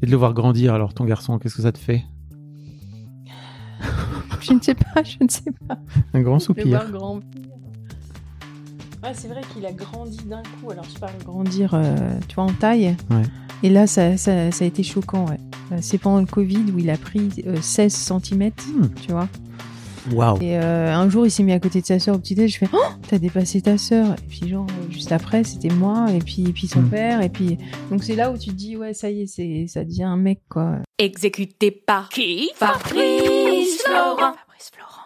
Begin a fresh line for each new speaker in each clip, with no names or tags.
Et de le voir grandir, alors, ton garçon, qu'est-ce que ça te fait
Je ne sais pas, je ne sais pas.
Un grand
Le voir
soupir.
grand. Ouais, c'est vrai qu'il a grandi d'un coup. Alors, je parle grandir, euh, tu vois, en taille.
Ouais.
Et là, ça, ça- ça a été choquant, ouais. Euh, C'est pendant le Covid où il a pris euh, 16 cm,
Hmm.
tu vois.
Waouh.
Et euh, un jour, il s'est mis à côté de sa sœur au petit-déj. Je fais Oh, t'as dépassé ta sœur. Et puis, genre, euh, juste après, c'était moi, et puis, et puis son
Hmm.
père. Et puis, donc, c'est là où tu te dis, ouais, ça y est, c'est- ça devient un mec, quoi.
Exécuté par qui Fabrice Florent. Fabrice Florent.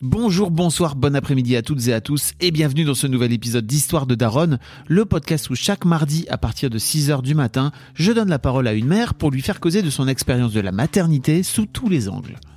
Bonjour, bonsoir, bon après-midi à toutes et à tous et bienvenue dans ce nouvel épisode d'Histoire de Daronne, le podcast où chaque mardi à partir de 6h du matin, je donne la parole à une mère pour lui faire causer de son expérience de la maternité sous tous les angles.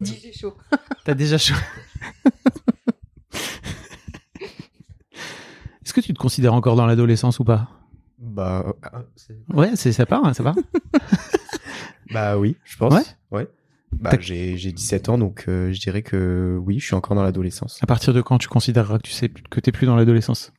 J'ai chaud.
T'as déjà chaud
Est-ce que tu te considères encore dans l'adolescence ou pas
Bah, euh, c'est-
Ouais, c'est ça part, hein, ça part.
bah oui, je pense.
Ouais
Bah,
T'as-
j'ai j'ai 17 ans, donc euh, je dirais que oui, je suis encore dans l'adolescence.
À partir de quand tu considéreras que tu sais plus- que t'es plus dans l'adolescence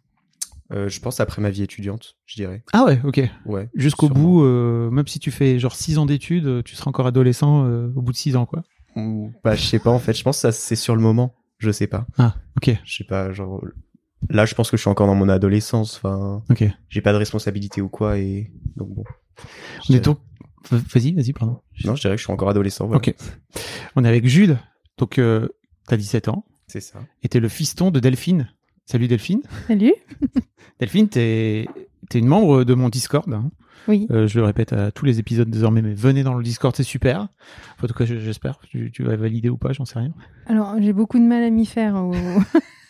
Euh, je pense après ma vie étudiante, je dirais.
Ah ouais, ok.
Ouais.
Jusqu'au
sûrement.
bout, euh, même si tu fais genre 6 ans d'études, euh, tu seras encore adolescent euh, au bout de 6 ans, quoi.
Ou- Bah, je sais pas, en fait. Je pense que ça, c'est sur le moment. Je sais pas.
Ah, ok,
Je sais pas, genre. Là, je pense que je suis encore dans mon adolescence. Enfin,
ok.
j'ai pas de responsabilité ou quoi, et donc bon.
On
Je-
est donc... v- Vas-y, vas-y, pardon.
Non, je dirais que je suis encore adolescent. Voilà.
Ok. On est avec Jules, donc euh, t'as 17 ans,
C'est ça.
et t'es le fiston de Delphine. Salut Delphine.
Salut.
Delphine, t'es t'es une membre de mon Discord. hein.
Oui.
Euh, je le répète à tous les épisodes désormais, mais venez dans le Discord, c'est super. Enfin, en tout cas, je- j'espère. Tu, tu vas valider ou pas, j'en sais rien.
Alors, j'ai beaucoup de mal à m'y faire, au-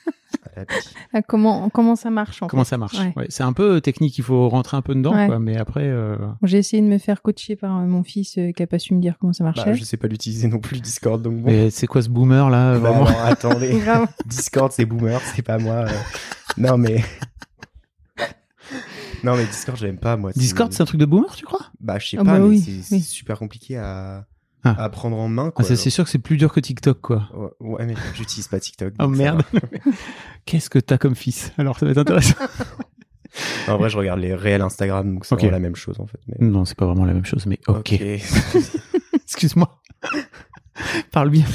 À la petite.
à comment, comment ça marche, en
Comment ça marche
Ouais.
Ouais, C'est un peu euh, technique, il faut rentrer un peu dedans,
Ouais.
quoi, mais après... euh,
Bon, J'ai essayé de me faire coacher par euh, mon fils euh, qui a pas su me dire comment ça marchait.
Bah, je sais pas l'utiliser non plus, Discord, donc bon.
Mais c'est quoi ce boomer
Ah,
là
Bah,
vraiment
non, attendez.
Grave.
Discord, c'est boomer, c'est pas moi. euh. Non, mais. Non, mais Discord, j'aime pas, moi.
Discord, c'est un truc de boomer, tu crois
Bah, je sais
Ah
pas,
bah
mais
oui,
c'est c'est
oui.
super compliqué à...
Ah.
à prendre en main,
Ah,
quoi.
ça, C'est sûr que c'est plus dur que TikTok, quoi.
genre. Ouais, ouais, mais j'utilise pas TikTok.
Oh
donc ça
merde. Qu'est-ce que t'as comme fils Alors, ça va être intéressant.
va. En vrai, je regarde les réels Instagram, donc c'est
Ok.
vraiment la même chose, en fait. mais-
non, c'est pas vraiment la même chose, mais ok.
Ok.
Excuse-moi. Parle bien.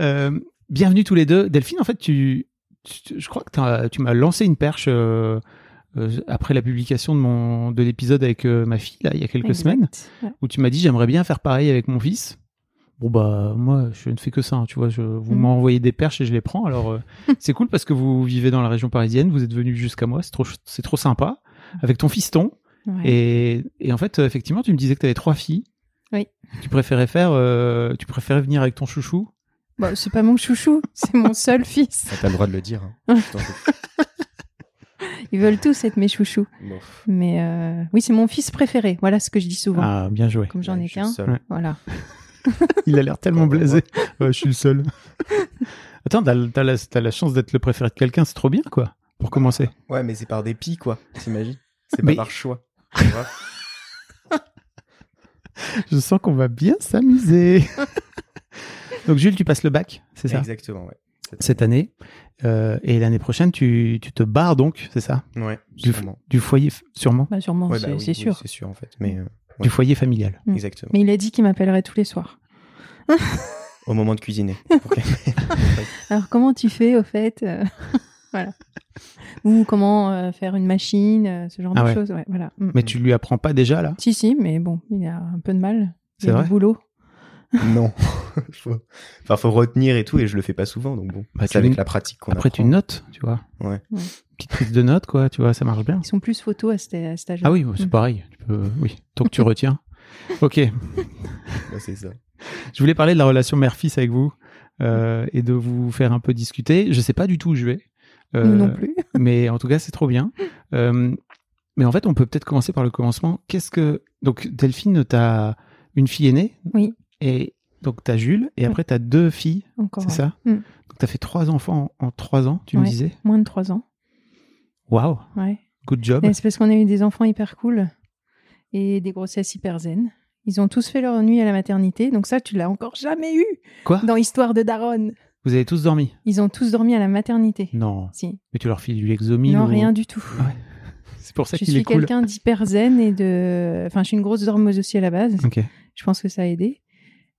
Euh, bienvenue tous les deux. Delphine, en fait, tu, tu- je crois que t'as- tu m'as lancé une perche euh, euh, après la publication de, mon, de l'épisode avec euh, ma fille, là, il y a quelques
Exact.
semaines,
Ouais.
où tu m'as dit j'aimerais bien faire pareil avec mon fils. Bon, bah, moi, je ne fais que ça. hein, tu vois, je, vous
Mm.
Mhm.
m'envoyez des perches et je les prends. Alors, euh, c'est cool parce que vous vivez dans la région parisienne, vous êtes venu jusqu'à moi, c'est trop, ch- c'est trop sympa. Avec ton fiston.
Ouais.
Et, et en fait, euh, effectivement, tu me disais que tu avais trois filles.
Oui.
Tu préférais faire, euh, tu préférais venir avec ton chouchou
Bon, c'est pas mon chouchou, c'est mon seul fils.
T'as le droit de le dire.
hein.
Hein.
Ils veulent tous être mes chouchous. Mais euh, oui, c'est mon fils préféré. Voilà ce que je dis souvent.
Ah, bien joué.
Comme j'en ai qu'un.
Ouais.
Voilà.
Il a l'air tellement
Ouais, ouais,
blasé. Ouais, je suis le seul. Attends, t'as t'as la, t'as la chance d'être le préféré de quelqu'un, c'est trop bien, quoi, pour commencer.
Ouais, mais c'est par dépit, quoi. T'imagines C'est
Mais-
pas par choix. tu vois.
Je sens qu'on va bien s'amuser. Donc, Jules, tu passes le bac, c'est ça
Exactement, ouais.
Cette année. Euh, et l'année prochaine, tu, tu te barres donc, c'est ça
Ouais,
Du, f-
sûrement.
du foyer, f- sûrement.
Bah, sûrement,
Ouais,
c'est
bah oui,
c'est
oui,
sûr.
C'est sûr, en fait. Mais euh,
Du foyer familial.
Mm.
exactement.
Mais il a dit qu'il m'appellerait tous les soirs.
Au moment de cuisiner. Ok.
Alors, comment tu fais, au fait euh, Voilà. Ou comment euh, faire une machine, euh, ce genre
Ah
de
ouais.
choses. Ouais, voilà. Mm.
Mais tu lui apprends pas déjà, là
Si, si, mais bon, il a un peu de mal. Il
C'est
a du
vrai
boulot.
non. faut... Enfin, faut retenir et tout, et je le fais pas souvent, donc bon.
Bah, tu
c'est avec
notes.
la pratique qu'on
Après,
apprend.
tu notes, tu vois.
Ouais.
Ouais.
Petite prise de notes, quoi, tu vois, ça marche bien.
Ils sont plus photos à cet, à cet âge-là.
Ah oui, c'est
Mm.
pareil. Tu peux, euh, oui, tant que tu retiens. Ok,
Ouais, c'est ça.
je voulais parler de la relation mère-fils avec vous euh, et de vous faire un peu discuter. Je sais pas du tout où je vais. euh,
Nous non plus.
mais en tout cas, c'est trop bien. Euh, mais en fait, on peut peut-être commencer par le commencement. Qu'est-ce que donc Delphine, t'as une fille aînée.
Oui.
Et donc t'as Jules et après t'as deux filles,
Encore.
c'est ça
Mm.
Donc t'as fait trois enfants en en trois ans, tu me
Ouais.
disais.
Moins de 3 ans.
Waouh,
Ouais.
good job.
Et C'est parce qu'on a eu des enfants hyper cool et des grossesses hyper zen. Ils ont tous fait leur nuit à la maternité, donc ça, tu l'as encore jamais eu
Quoi
dans Histoire de Daronne.
Vous avez tous dormi
Ils ont tous dormi à la maternité.
Non.
Si.
Mais tu leur files du Lexomil
Non,
ou-
rien du tout.
Ah ouais. C'est pour ça
Je
qu'il est
suis
cool.
quelqu'un d'hyper zen et de. Enfin, je suis une grosse dormeuse aussi à la base.
Ok.
Je pense que ça a aidé.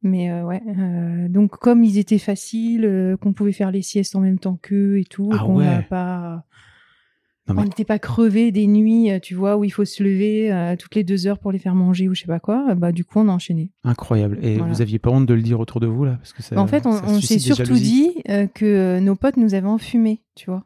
Mais euh, ouais. euh, donc, comme ils étaient faciles, euh, qu'on pouvait faire les siestes en même temps qu'eux et tout,
Ah
qu'on n'a
ouais.
pas.
Non, mais-
On n'était pas crevés des nuits, euh, tu vois, où il faut se lever euh, toutes les deux heures pour les faire manger ou je sais pas quoi. euh, Bah, du coup, on a enchaîné.
Incroyable. Et
Voilà.
vous aviez pas honte de le dire autour de vous là parce que ça,
Bah, en fait, on,
ça
on s'est
suscite des
surtout
jalousies.
dit euh, que nos potes nous avaient enfumés, tu vois.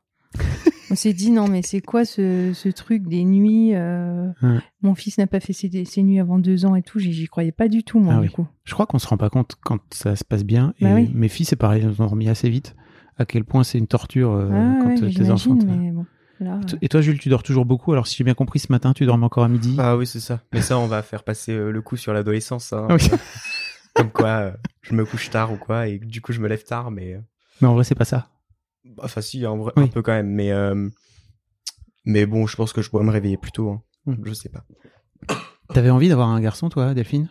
on s'est dit, non, mais c'est quoi ce, ce truc des nuits euh,
Ouais.
Mon fils n'a pas fait ses, ses nuits avant deux ans et tout. J'y j'y croyais pas du tout, moi,
Ah
du
oui.
coup.
Je crois qu'on se rend pas compente quand ça se passe bien. Et
Bah oui.
mes filles, c'est pareil, elles ont dormi assez vite. À quel point c'est une torture euh,
Ah,
quand
ouais,
euh, tes
j'imagine,
enfants. te-
mais bon, là, euh,
Et to- Et toi, Jules, tu dors toujours beaucoup. Alors, si j'ai bien compris, ce matin, tu dormais encore à midi.
Ah oui, c'est ça. Mais ça, on va faire passer euh, le coup sur l'adolescence. hein.
Ah oui.
Comme quoi, euh, je me couche tard ou quoi, et du coup, je me lève tard, mais. euh,
Mais en vrai, c'est pas ça.
bah, Enfin, si, en vrai,
Oui.
un peu quand même, mais. euh, Mais bon, je pense que je pourrais me réveiller plus tôt. hein.
Mm.
Je sais pas.
T'avais envie d'avoir un garçon, toi, Delphine,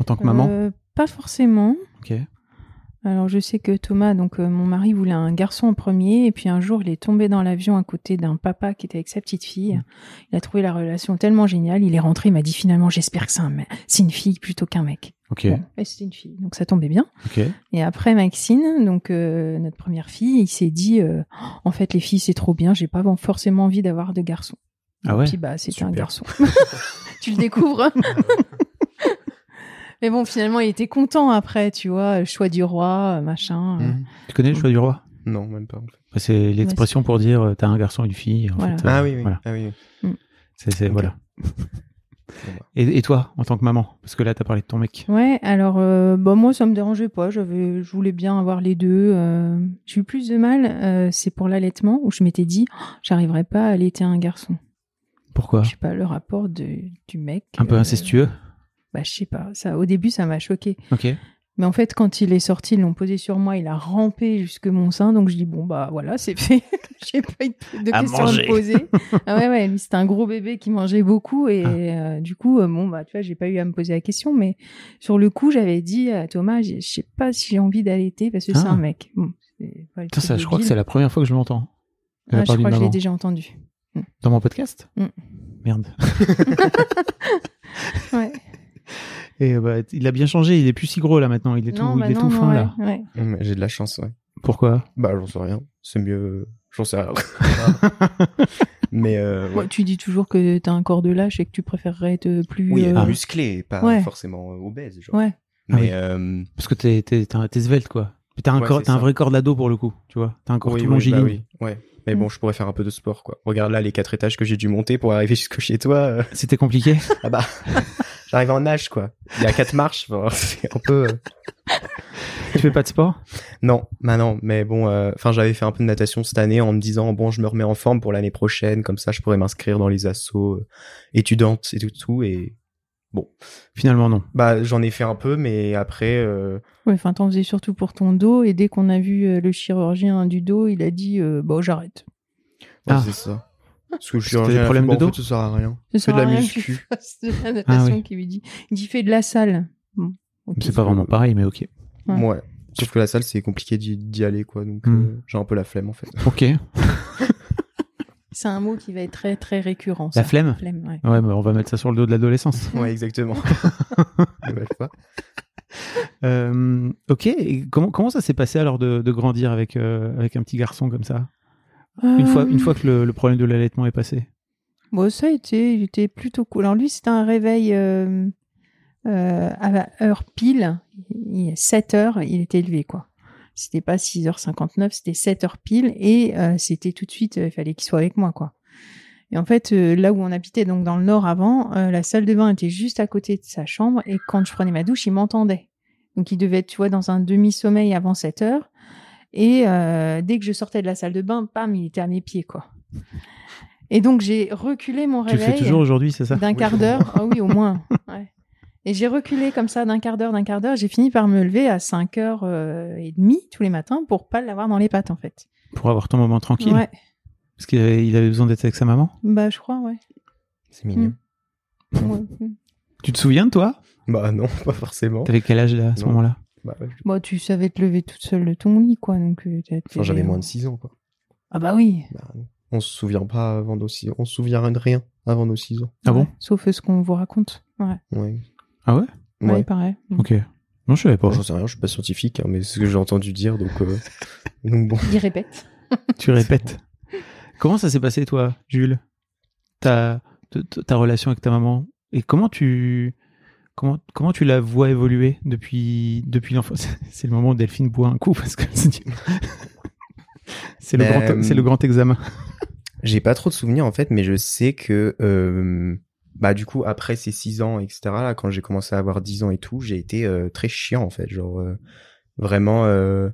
en tant que maman.
euh, pas forcément.
Ok.
Alors je sais que Thomas, donc euh, mon mari, voulait un garçon en premier, et puis un jour il est tombé dans l'avion à côté d'un papa qui était avec sa petite
Mm.
fille. Il a trouvé la relation tellement géniale, il est rentré, il m'a dit finalement j'espère que c'est un me- c'est une fille plutôt qu'un mec.
Ok.
Bon, et c'était une fille, donc ça tombait bien.
Ok.
Et après Maxine, donc euh, notre première fille, il s'est dit euh, en fait les filles c'est trop bien, j'ai pas forcément envie d'avoir de garçon.
Ah ouais.
Puis bah c'était un
Super.
garçon. tu le découvres. Mais bon, finalement, il était content après, tu vois, le choix du roi, euh, machin. euh.
Mm.
Tu connais le choix du roi
Non, même pas. en fait.
Bah, C'est l'expression pour dire euh, t'as un garçon et une fille. en
Voilà.
fait, euh,
Ah oui, oui.
voilà.
Ah oui, oui.
C'est- c'est-
Ok.
voilà.
Bon, bah.
Et, et toi, en tant que maman, parce que là, t'as parlé de ton mec.
Ouais, alors euh, bah, moi ça me dérangeait pas, j'avais je voulais bien avoir les deux. euh. J'ai eu plus de mal, euh, c'est pour l'allaitement où je m'étais dit Oh, j'arriverai pas à allaiter un garçon.
Pourquoi
Je sais pas le rapport de- du mec.
Ah. Un peu
euh,
incestueux.
Bah je sais pas, ça au début ça m'a choqué.
Ok.
Mais en fait quand il est sorti, ils l'ont posé sur moi, il a rampé jusque mon sein donc je dis bon bah voilà, c'est fait. J'ai pas eu de
À
questions à
manger.
me poser. ah ouais ouais, lui c'était un gros bébé qui mangeait beaucoup
Ah.
et euh, du coup euh, bon bah tu vois, j'ai pas eu à me poser la question mais sur le coup, j'avais dit à Thomas, j'ai- je sais pas si j'ai envie d'allaiter parce que c'est
Ah.
un mec. Bon, c'est pas le
Putain,
truc
ça, je crois que
débile.
c'est la première fois que je l'entends. de la
Ah,
part
je
d'une
crois que je l'ai
maman.
déjà entendu.
Dans mon podcast
Mm.
Merde.
Ouais.
Et euh, bah, t- il a bien changé, il est plus si gros là maintenant, il est tout, il est tout fin
bah ouais,
là.
ouais.
Mm, J'ai de la chance, ouais.
Pourquoi
Bah, j'en sais rien. C'est mieux. euh, J'en sais rien. mais. euh, ouais.
Ouais, tu dis toujours que t'as un corps de lâche et que tu préférerais être plus.
Oui,
euh,
euh, musclé, pas
ouais.
forcément euh, obèse, genre.
Ouais.
Ah
Mais
oui.
euh,
Parce que t'es, t'es, t'es, un- t'es svelte quoi. Puis T'as un,
Ouais,
corps-
c'est
t'as un
ça.
vrai corps d'ado pour le coup, tu vois. T'as un corps
oui,
tout
oui,
longiligne.
bah oui, ouais. Mais
Mm.
bon, je pourrais faire un peu de sport, quoi. Regarde là les quatre étages que j'ai dû monter pour arriver jusque chez toi. euh.
C'était compliqué
Ah bah, J'arrive en nage, quoi. Il y a quatre marches. enfin, c'est un peu. euh,
Tu fais pas de sport
Non, bah non, mais bon, euh, enfin j'avais fait un peu de natation cette année en me disant bon je me remets en forme pour l'année prochaine, comme ça je pourrais m'inscrire dans les assos euh, étudiantes et tout, tout et
Finalement, non.
bah j'en ai fait un peu, mais après euh,
Oui, enfin, t'en faisais surtout pour ton dos, et dès qu'on a vu euh, le chirurgien du dos, il a dit euh, Bon, j'arrête.
ouais,
Ah.
c'est ça. Parce que je
Parce que t'as des problèmes de dos
ça sert à rien.
Ça hein,
Fais
sert
de la
à rien que tu
muscu.
fasses de la natation
Ah oui.
qui lui dit. Il dit Fais de la salle. Bon, ok.
C'est pas vraiment pareil, mais ok.
Ouais.
Ouais. Sauf que la salle c'est compliqué d'y d'y aller quoi, donc
Hmm.
euh, j'ai un peu la flemme en fait.
Ok.
C'est un mot qui va être très, très récurrent.
La
ça.
flemme
Flemme, ouais.
Ouais, bah, on va mettre ça sur le dos de l'adolescence.
Ouais exactement. Ne mêle pas.
Euh, ok, et comment, comment ça s'est passé alors de, de grandir avec, euh, avec un petit garçon comme ça
Euh.
une, fois, une fois que le, le problème de l'allaitement est passé
Bon, ça a été, il était plutôt cool. Alors lui, c'était un réveil euh, euh, à la heure pile, Il- 7 heures, il était élevé, quoi. C'était pas 6h59, c'était 7 heures pile, et euh, c'était tout de suite, euh, il fallait qu'il soit avec moi, quoi. Et en fait, euh, là où on habitait, donc dans le nord avant, euh, la salle de bain était juste à côté de sa chambre, et quand je prenais ma douche, il m'entendait. Donc il devait être, tu vois, dans un demi-sommeil avant 7 heures. Et euh, dès que je sortais de la salle de bain, pam, il était à mes pieds, quoi. Et donc j'ai reculé mon
Tu le
réveil
fais toujours aujourd'hui, c'est ça
d'un quart d'heure. Ah oui, au moins. Ouais. Et j'ai reculé comme ça d'un quart d'heure, d'un quart d'heure. J'ai fini par me lever à 5 heures euh, et demie tous les matins pour pas l'avoir dans les pattes, en fait.
Pour avoir ton moment tranquille
Ouais,
Parce qu'il avait, il avait besoin d'être avec sa maman
bah je crois, ouais.
C'est
Hmm.
mignon.
Ouais.
Tu te souviens, toi
Bah non, pas forcément.
T'avais quel âge là, à ce
Non.
moment-là
Bah, ouais, je-
Bon, tu savais te lever toute seule de ton lit, quoi. Donc, euh, t'as-
enfin, j'avais moins de 6 ans quoi.
Ah bah oui.
Bah, on se souvient pas avant nos 6 ans. On se souvient de rien avant nos 6 ans.
Ah bon
Ouais, Sauf euh, ce qu'on vous raconte. Ouais,
Ouais.
Ah ouais
ouais. pareil.
Ok. Non, je savais pas.
Bon, j'en sais rien, je suis pas scientifique, hein, mais c'est ce que j'ai entendu dire, donc, euh, donc bon.
Il répète.
tu répètes. Comment ça s'est passé, toi, Jules ta, t- t- ta relation avec ta maman Et comment tu, comment, comment tu la vois évoluer depuis, depuis l'enfance C'est le moment où Delphine boit un coup parce que c'est du- c'est le,
Ben,
grand- c'est le grand examen.
J'ai pas trop de souvenirs en fait, mais je sais que, euh, bah du coup, après ces 6 ans, etc., là, quand j'ai commencé à avoir 10 ans et tout, j'ai été euh, très chiant en fait, genre euh, vraiment, euh,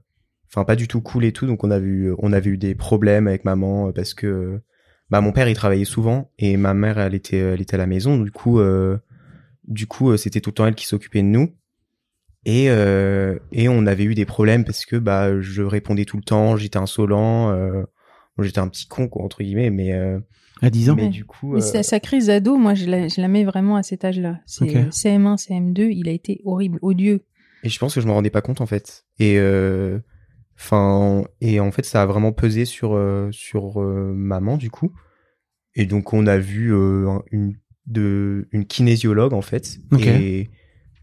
enfin pas du tout cool et tout, donc on avait eu, on avait eu des problèmes avec maman euh, parce que, euh, bah mon père il travaillait souvent et ma mère elle était, elle était à la maison, du coup, euh, du coup euh, c'était tout le temps elle qui s'occupait de nous. Et, euh, et on avait eu des problèmes parce que bah je répondais tout le temps, j'étais insolent, euh, Bon, j'étais un petit con, quoi, entre guillemets, mais, euh,
À 10 ans
mais
Ouais.
du coup.
Mais
euh,
sa, sa crise d'ado, moi, je la, je la mets vraiment à cet âge-là. C'est
Ok.
CM1, CM2, il a été horrible, odieux.
Et je pense que je me rendais pas compte, en fait. Et. euh, Enfin, et en fait, ça a vraiment pesé sur, euh, sur euh, maman, du coup. Et donc, on a vu euh, un- une, de, une kinésiologue, en fait.
Ok.
Et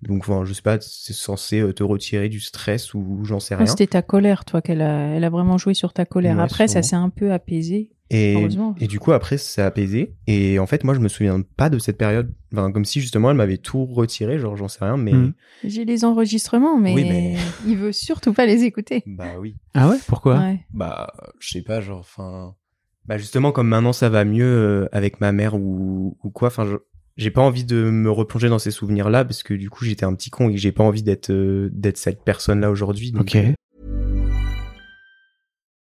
donc, enfin, je sais pas, c'est censé euh, te retirer du stress ou j'en sais
Ah,
rien.
C'était ta colère, toi, qu'elle a, elle a vraiment joué sur ta colère.
Ouais,
Après, ça
sûrement.
s'est un peu apaisé.
Et,
Heureusement.
et du coup, après, ça s'est apaisé. Et en fait, moi, je me souviens pas de cette période. Enfin, comme si, justement, elle m'avait tout retiré, genre, j'en sais rien, mais.
Hmm.
J'ai les enregistrements, mais,
Oui, mais-
il veut surtout pas les écouter.
Bah oui.
Ah ouais Pourquoi
Ouais.
bah je sais pas genre enfin bah justement comme maintenant ça va mieux euh, avec ma mère ou, ou quoi enfin je- j'ai pas envie de me replonger dans ces souvenirs là parce que du coup j'étais un petit con et que j'ai pas envie d'être euh, d'être cette personne là aujourd'hui donc
Ok.
euh,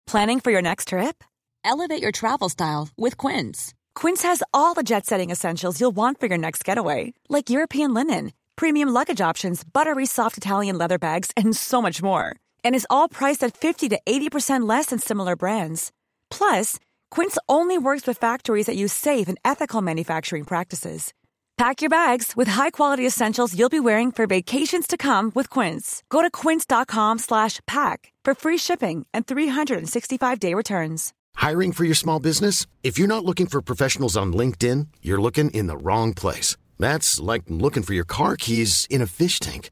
Planning for your next trip? Elevate your travel style with Quince. Quince has all the jet setting essentials you'll want for your next getaway, like European linen, premium luggage options, buttery soft Italian leather bags, and so much more. And is all priced at 50 to 80% less than similar brands. Plus, Quince only works with factories that use safe and ethical manufacturing practices. Pack your bags with high-quality essentials you'll be wearing for vacations to come with Quince. Go to quince.com slash pack for free shipping and 365-day returns.
Hiring for your small business? If you're not looking for professionals on LinkedIn, you're looking in the wrong place. That's like looking for your car keys in a fish tank.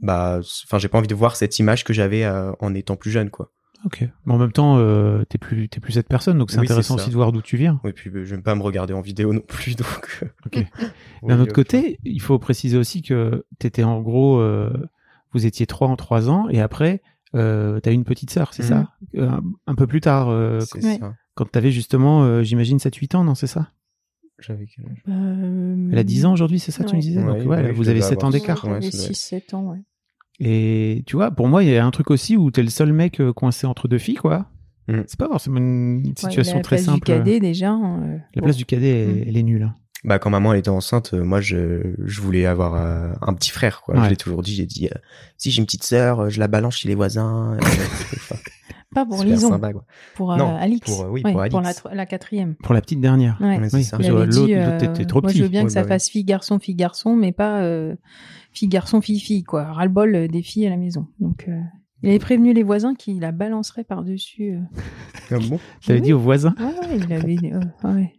bah, enfin, j'ai pas envie de voir cette image que j'avais euh, en étant plus jeune, quoi.
Ok. Mais en même temps, euh, t'es plus, t'es plus cette personne, donc c'est
Oui, c'est
intéressant
ça.
aussi de voir d'où tu viens.
Et puis, euh, je vais pas me regarder en vidéo non plus, donc. euh.
Ok. D'un autre côté, il faut préciser aussi que t'étais en gros, euh, vous étiez trois en trois ans, et après, euh, t'as eu une petite sœur, c'est
Mhm.
ça Euh, un, un peu plus tard, euh,
c'est
Ouais.
ça.
quand t'avais justement, euh, j'imagine, 7-8 ans, non, c'est ça
J'avais quel âge
Euh,
Elle a 10 ans aujourd'hui, c'est ça, tu
Ouais.
me disais Donc,
Ouais,
ouais,
ouais,
vous
je
avez
devais
7 ans
avoir
d'écart.
Ouais,
j'avais
ça doit être.
6-7 ans, ouais.
Et tu vois, pour moi, il y a un truc aussi où t'es le seul mec euh, coincé entre deux filles, quoi.
Mm.
C'est pas forcément une situation
Ouais, la
très
place
simple.
Du cadet, déjà. hein, euh,
La place du cadet, elle,
Mm.
elle est nulle. hein.
Bah, quand maman elle était enceinte, euh, moi, je, je voulais avoir euh, un petit frère, quoi.
Ouais.
Je l'ai toujours dit, j'ai dit, euh, si j'ai une petite sœur, euh, je la balance chez les voisins. euh, enfin,
Pas pour
super
Lison,
sympa, quoi.
pour euh,
Non,
Alix.
pour, euh, oui,
Ouais,
pour
la,
Alix.
tro- la quatrième.
Pour la petite dernière.
Ouais.
Ouais, c'est
Oui,
ça.
parce
Il
que
avait
l'autre,
dit,
l'autre, t'es-
euh,
t'es trop
moi
petit.
je veux bien
Oui,
que ça
bah oui.
fasse fille garçon fille garçon, mais pas euh, fille garçon fille fille quoi. Ras-le-bol euh, des filles à la maison. Donc euh, il avait prévenu les voisins qu'il la balancerait euh, par dessus.
Ah bon
T'avais
Oui.
dit aux voisins.
Ouais, ouais, il avait. euh, ah ouais.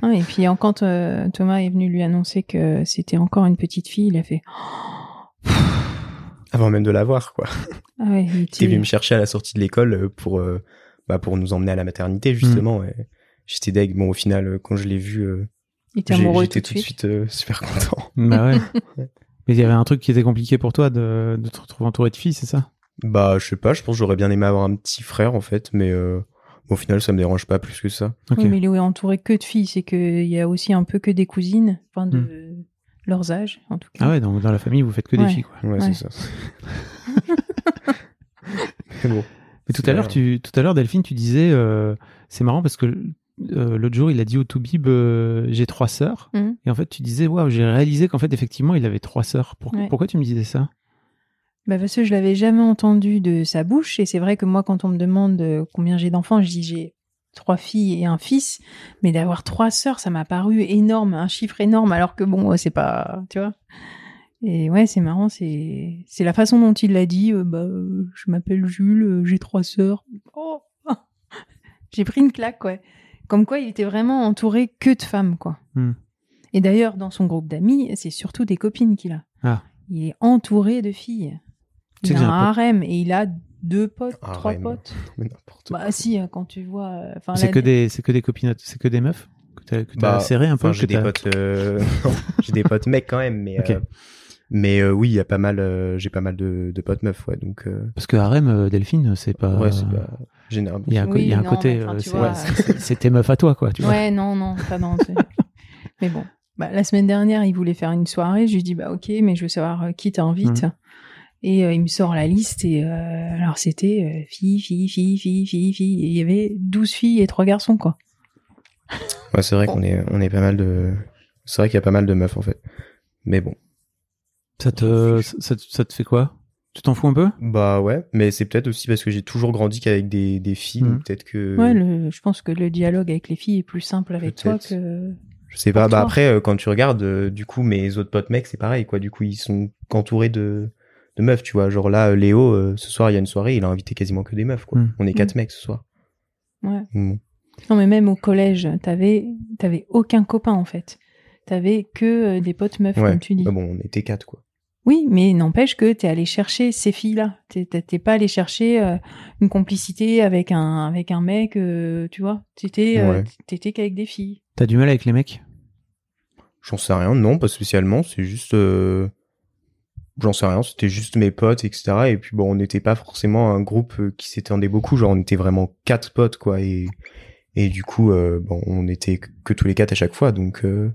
Ah, et puis en- quand euh, Thomas est venu lui annoncer que c'était encore une petite fille, il a fait.
Avant même de l'avoir, quoi.
Ah ouais, il
T'es
était-
venu me chercher à la sortie de l'école euh, pour, euh, bah, pour nous emmener à la
Mm.
maternité, justement. et J'étais deg. Bon, au final, euh, quand je l'ai vu, euh,
il était
j'ai-
amoureux
j'étais tout de suite euh, super content.
Bah ouais. Mais il y avait un truc qui était compliqué pour toi de, de te retrouver entouré de filles, c'est ça
Bah, je sais pas, je pense que j'aurais bien aimé avoir un petit frère, en fait, mais euh, au final, ça me dérange pas plus que ça.
Ok.
Oui, mais il est entouré que de filles, c'est qu'il y a aussi un peu que des cousines, enfin de
Hmm.
leurs âges en tout cas.
Ah ouais, donc dans la famille, vous faites que des
Ouais.
filles, quoi.
Ouais.
Ouais, c'est ça. mais bon.
Mais tout à l'heure, tu, tout à l'heure, Delphine, tu disais, euh, c'est marrant parce que euh, l'autre jour, il a dit au Toubib, euh, j'ai trois sœurs.
Mhm.
Et en fait, tu disais, waouh, j'ai réalisé qu'en fait, effectivement, il avait trois sœurs. Pour-
Ouais.
Pourquoi tu me disais ça
Bah parce que je l'avais jamais entendu de sa bouche et c'est vrai que moi quand on me demande euh, combien j'ai d'enfants, je dis j'ai trois filles et un fils, mais d'avoir trois sœurs, ça m'a paru énorme, un chiffre énorme alors que bon, euh, c'est pas, tu vois. Et ouais, c'est marrant, c'est c'est la façon dont il l'a dit, euh, bah euh, je m'appelle Jules, euh, j'ai trois sœurs. Oh J'ai pris une claque ouais. Comme quoi il était vraiment entouré que de femmes quoi.
Hmm.
Et d'ailleurs dans son groupe d'amis, c'est surtout des copines qu'il a.
Ah.
Il est entouré de filles.
Tu sais
Il
que
a
j'ai
un,
un pote-
harem et il a deux potes,
Harem.
trois potes.
Mais n'importe quoi.
Bah si, hein, quand tu vois. euh, enfin,
C'est
la-
que des, c'est que des copinottes, c'est que des meufs que t'as, que t'as
Bah,
serré un peu.
Enfin,
que
j'ai des
t'as-
potes, euh, non, j'ai des potes mecs quand même, mais
Ok.
euh, mais euh, oui, il y a pas mal, euh, j'ai pas mal de, de potes meufs, ouais, donc euh,
Parce que harem, euh, Delphine, c'est pas.
ouais, c'est pas généralement.
Il y a un, co-
Oui,
il y a un
non,
côté,
mais enfin,
euh,
tu
c'est-
vois,
c'est- c'est tes meufs à toi, quoi. Tu vois.
Ouais, non, non, pas dans. c'est- mais bon, Bah, la semaine dernière, il voulait faire une soirée. Je lui dis bah ok, mais je veux savoir euh, qui t'invite.
Mmh.
Et euh, il me sort la liste et euh, alors c'était euh, fille, fille, fille, fille, fille, fille. Et il y avait 12 filles et trois garçons quoi.
Ouais, c'est vrai qu'on est on est pas mal de, c'est vrai qu'il y a pas mal de meufs en fait, mais bon,
Ça te, ça, te- ça te fait quoi Tu t'en fous un peu
bah ouais, mais c'est peut-être aussi parce que j'ai toujours grandi qu'avec des des filles,
Mhm.
donc peut-être que
Ouais, le- je pense que le dialogue avec les filles est plus simple avec toi
Peut-être.
que.
je sais pas.
pour
Bah
toi.
après, euh, quand tu regardes, euh, du coup, mes autres potes mecs, c'est pareil, quoi. Du coup, ils sont qu'entourés de de meufs, tu vois. Genre là, euh, Léo, euh, ce soir, il y a une soirée, il a invité quasiment que des meufs, quoi.
Mhm.
On est quatre mecs ce soir.
Mm.
Mm.
Ouais.
Bon.
Non, mais même au collège, t'avais, t'avais aucun copain en fait. T'avais que euh, des potes meufs,
Ouais.
comme tu dis.
Bah bon, on était quatre, quoi.
Oui, mais n'empêche que t'es allé chercher ces filles-là. T'es- T'es t'es pas allé chercher euh, une complicité avec un avec un mec, euh, tu vois. T'étais euh,
Ouais.
t'étais qu'avec des filles.
T'as du mal avec les mecs
J'en sais rien, non, pas spécialement, c'est juste... euh, J'en sais rien, c'était juste mes potes, etc. Et puis bon, on n'était pas forcément un groupe euh, qui s'étendait beaucoup, genre on était vraiment quatre potes, quoi. Et, et du coup, euh, bon, on était que- que tous les quatre à chaque fois, donc... euh,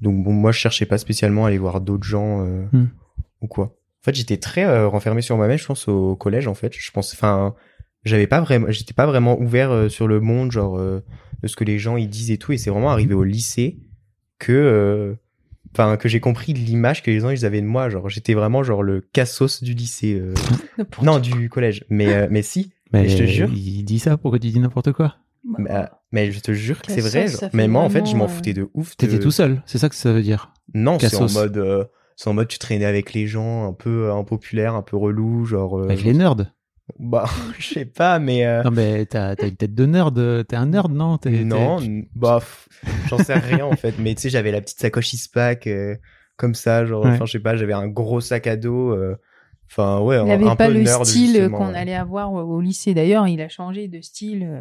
Donc bon, moi je cherchais pas spécialement à aller voir d'autres gens euh,
Hmm.
ou quoi. En fait, j'étais très euh, renfermé sur moi-même, je pense, au collège, en fait. Je pense, enfin, j'avais pas vraiment, j'étais pas vraiment ouvert euh, sur le monde, genre, euh, de ce que les gens ils disent et tout. Et c'est vraiment arrivé au lycée que euh, enfin que j'ai compris l'image que les gens ils avaient de moi genre j'étais vraiment genre le cassos du lycée euh, non du collège mais euh, mais si
Mais
je te jure.
Il dit ça, pourquoi tu dis n'importe quoi
mais, euh, mais je te jure que c'est
Bah, Cassos,
vrai
ça
genre.
fait
mais moi en fait
vraiment,
je m'en
euh,
foutais de ouf
T'étais
de-
tout seul, c'est ça que ça veut dire.
non c'est en
Cassos.
mode euh, c'est en mode tu traînais avec les gens un peu euh, impopulaires un peu relou genre euh,
Avec les nerds.
bah je sais pas mais euh,
Non, mais t'as t'as une tête de nerd. euh, T'es un nerd, non T'es- t'es-
Non,
tu-
n- bof, j'en sais rien en fait. Mais tu sais, j'avais la petite sacoche Ispac euh, comme ça, genre,
Ouais.
enfin, je sais pas, j'avais un gros sac à dos. euh, Enfin, ouais,
Il
un- un
n'avait pas
peu
le
nerd,
style euh,
justement,
qu'on
ouais.
allait avoir au au lycée. D'ailleurs, il a changé de style. euh,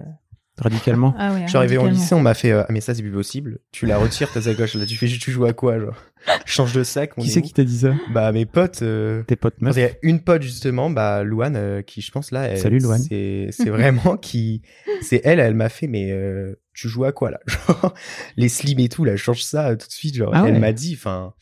Radicalement.
Ah ouais,
Je suis arrivé au
radicalement.
lycée, on m'a fait euh, Ah, mais ça, c'est plus possible. Tu la retires, ta sacoche. Là, tu fais Tu joues à quoi genre Change de sac. on
Qui
est
c'est
où
qui t'a dit ça
Bah, mes potes. euh,
Tes potes meufs.
Il y a une pote justement, bah Louane, euh, qui je pense là, elle-
Salut, Louane.
c'est c'est vraiment qui, c'est elle, elle m'a fait mais euh, tu joues à quoi là, genre les slims et tout là, change ça euh, tout de suite, genre
Ah
elle
ouais.
m'a dit, enfin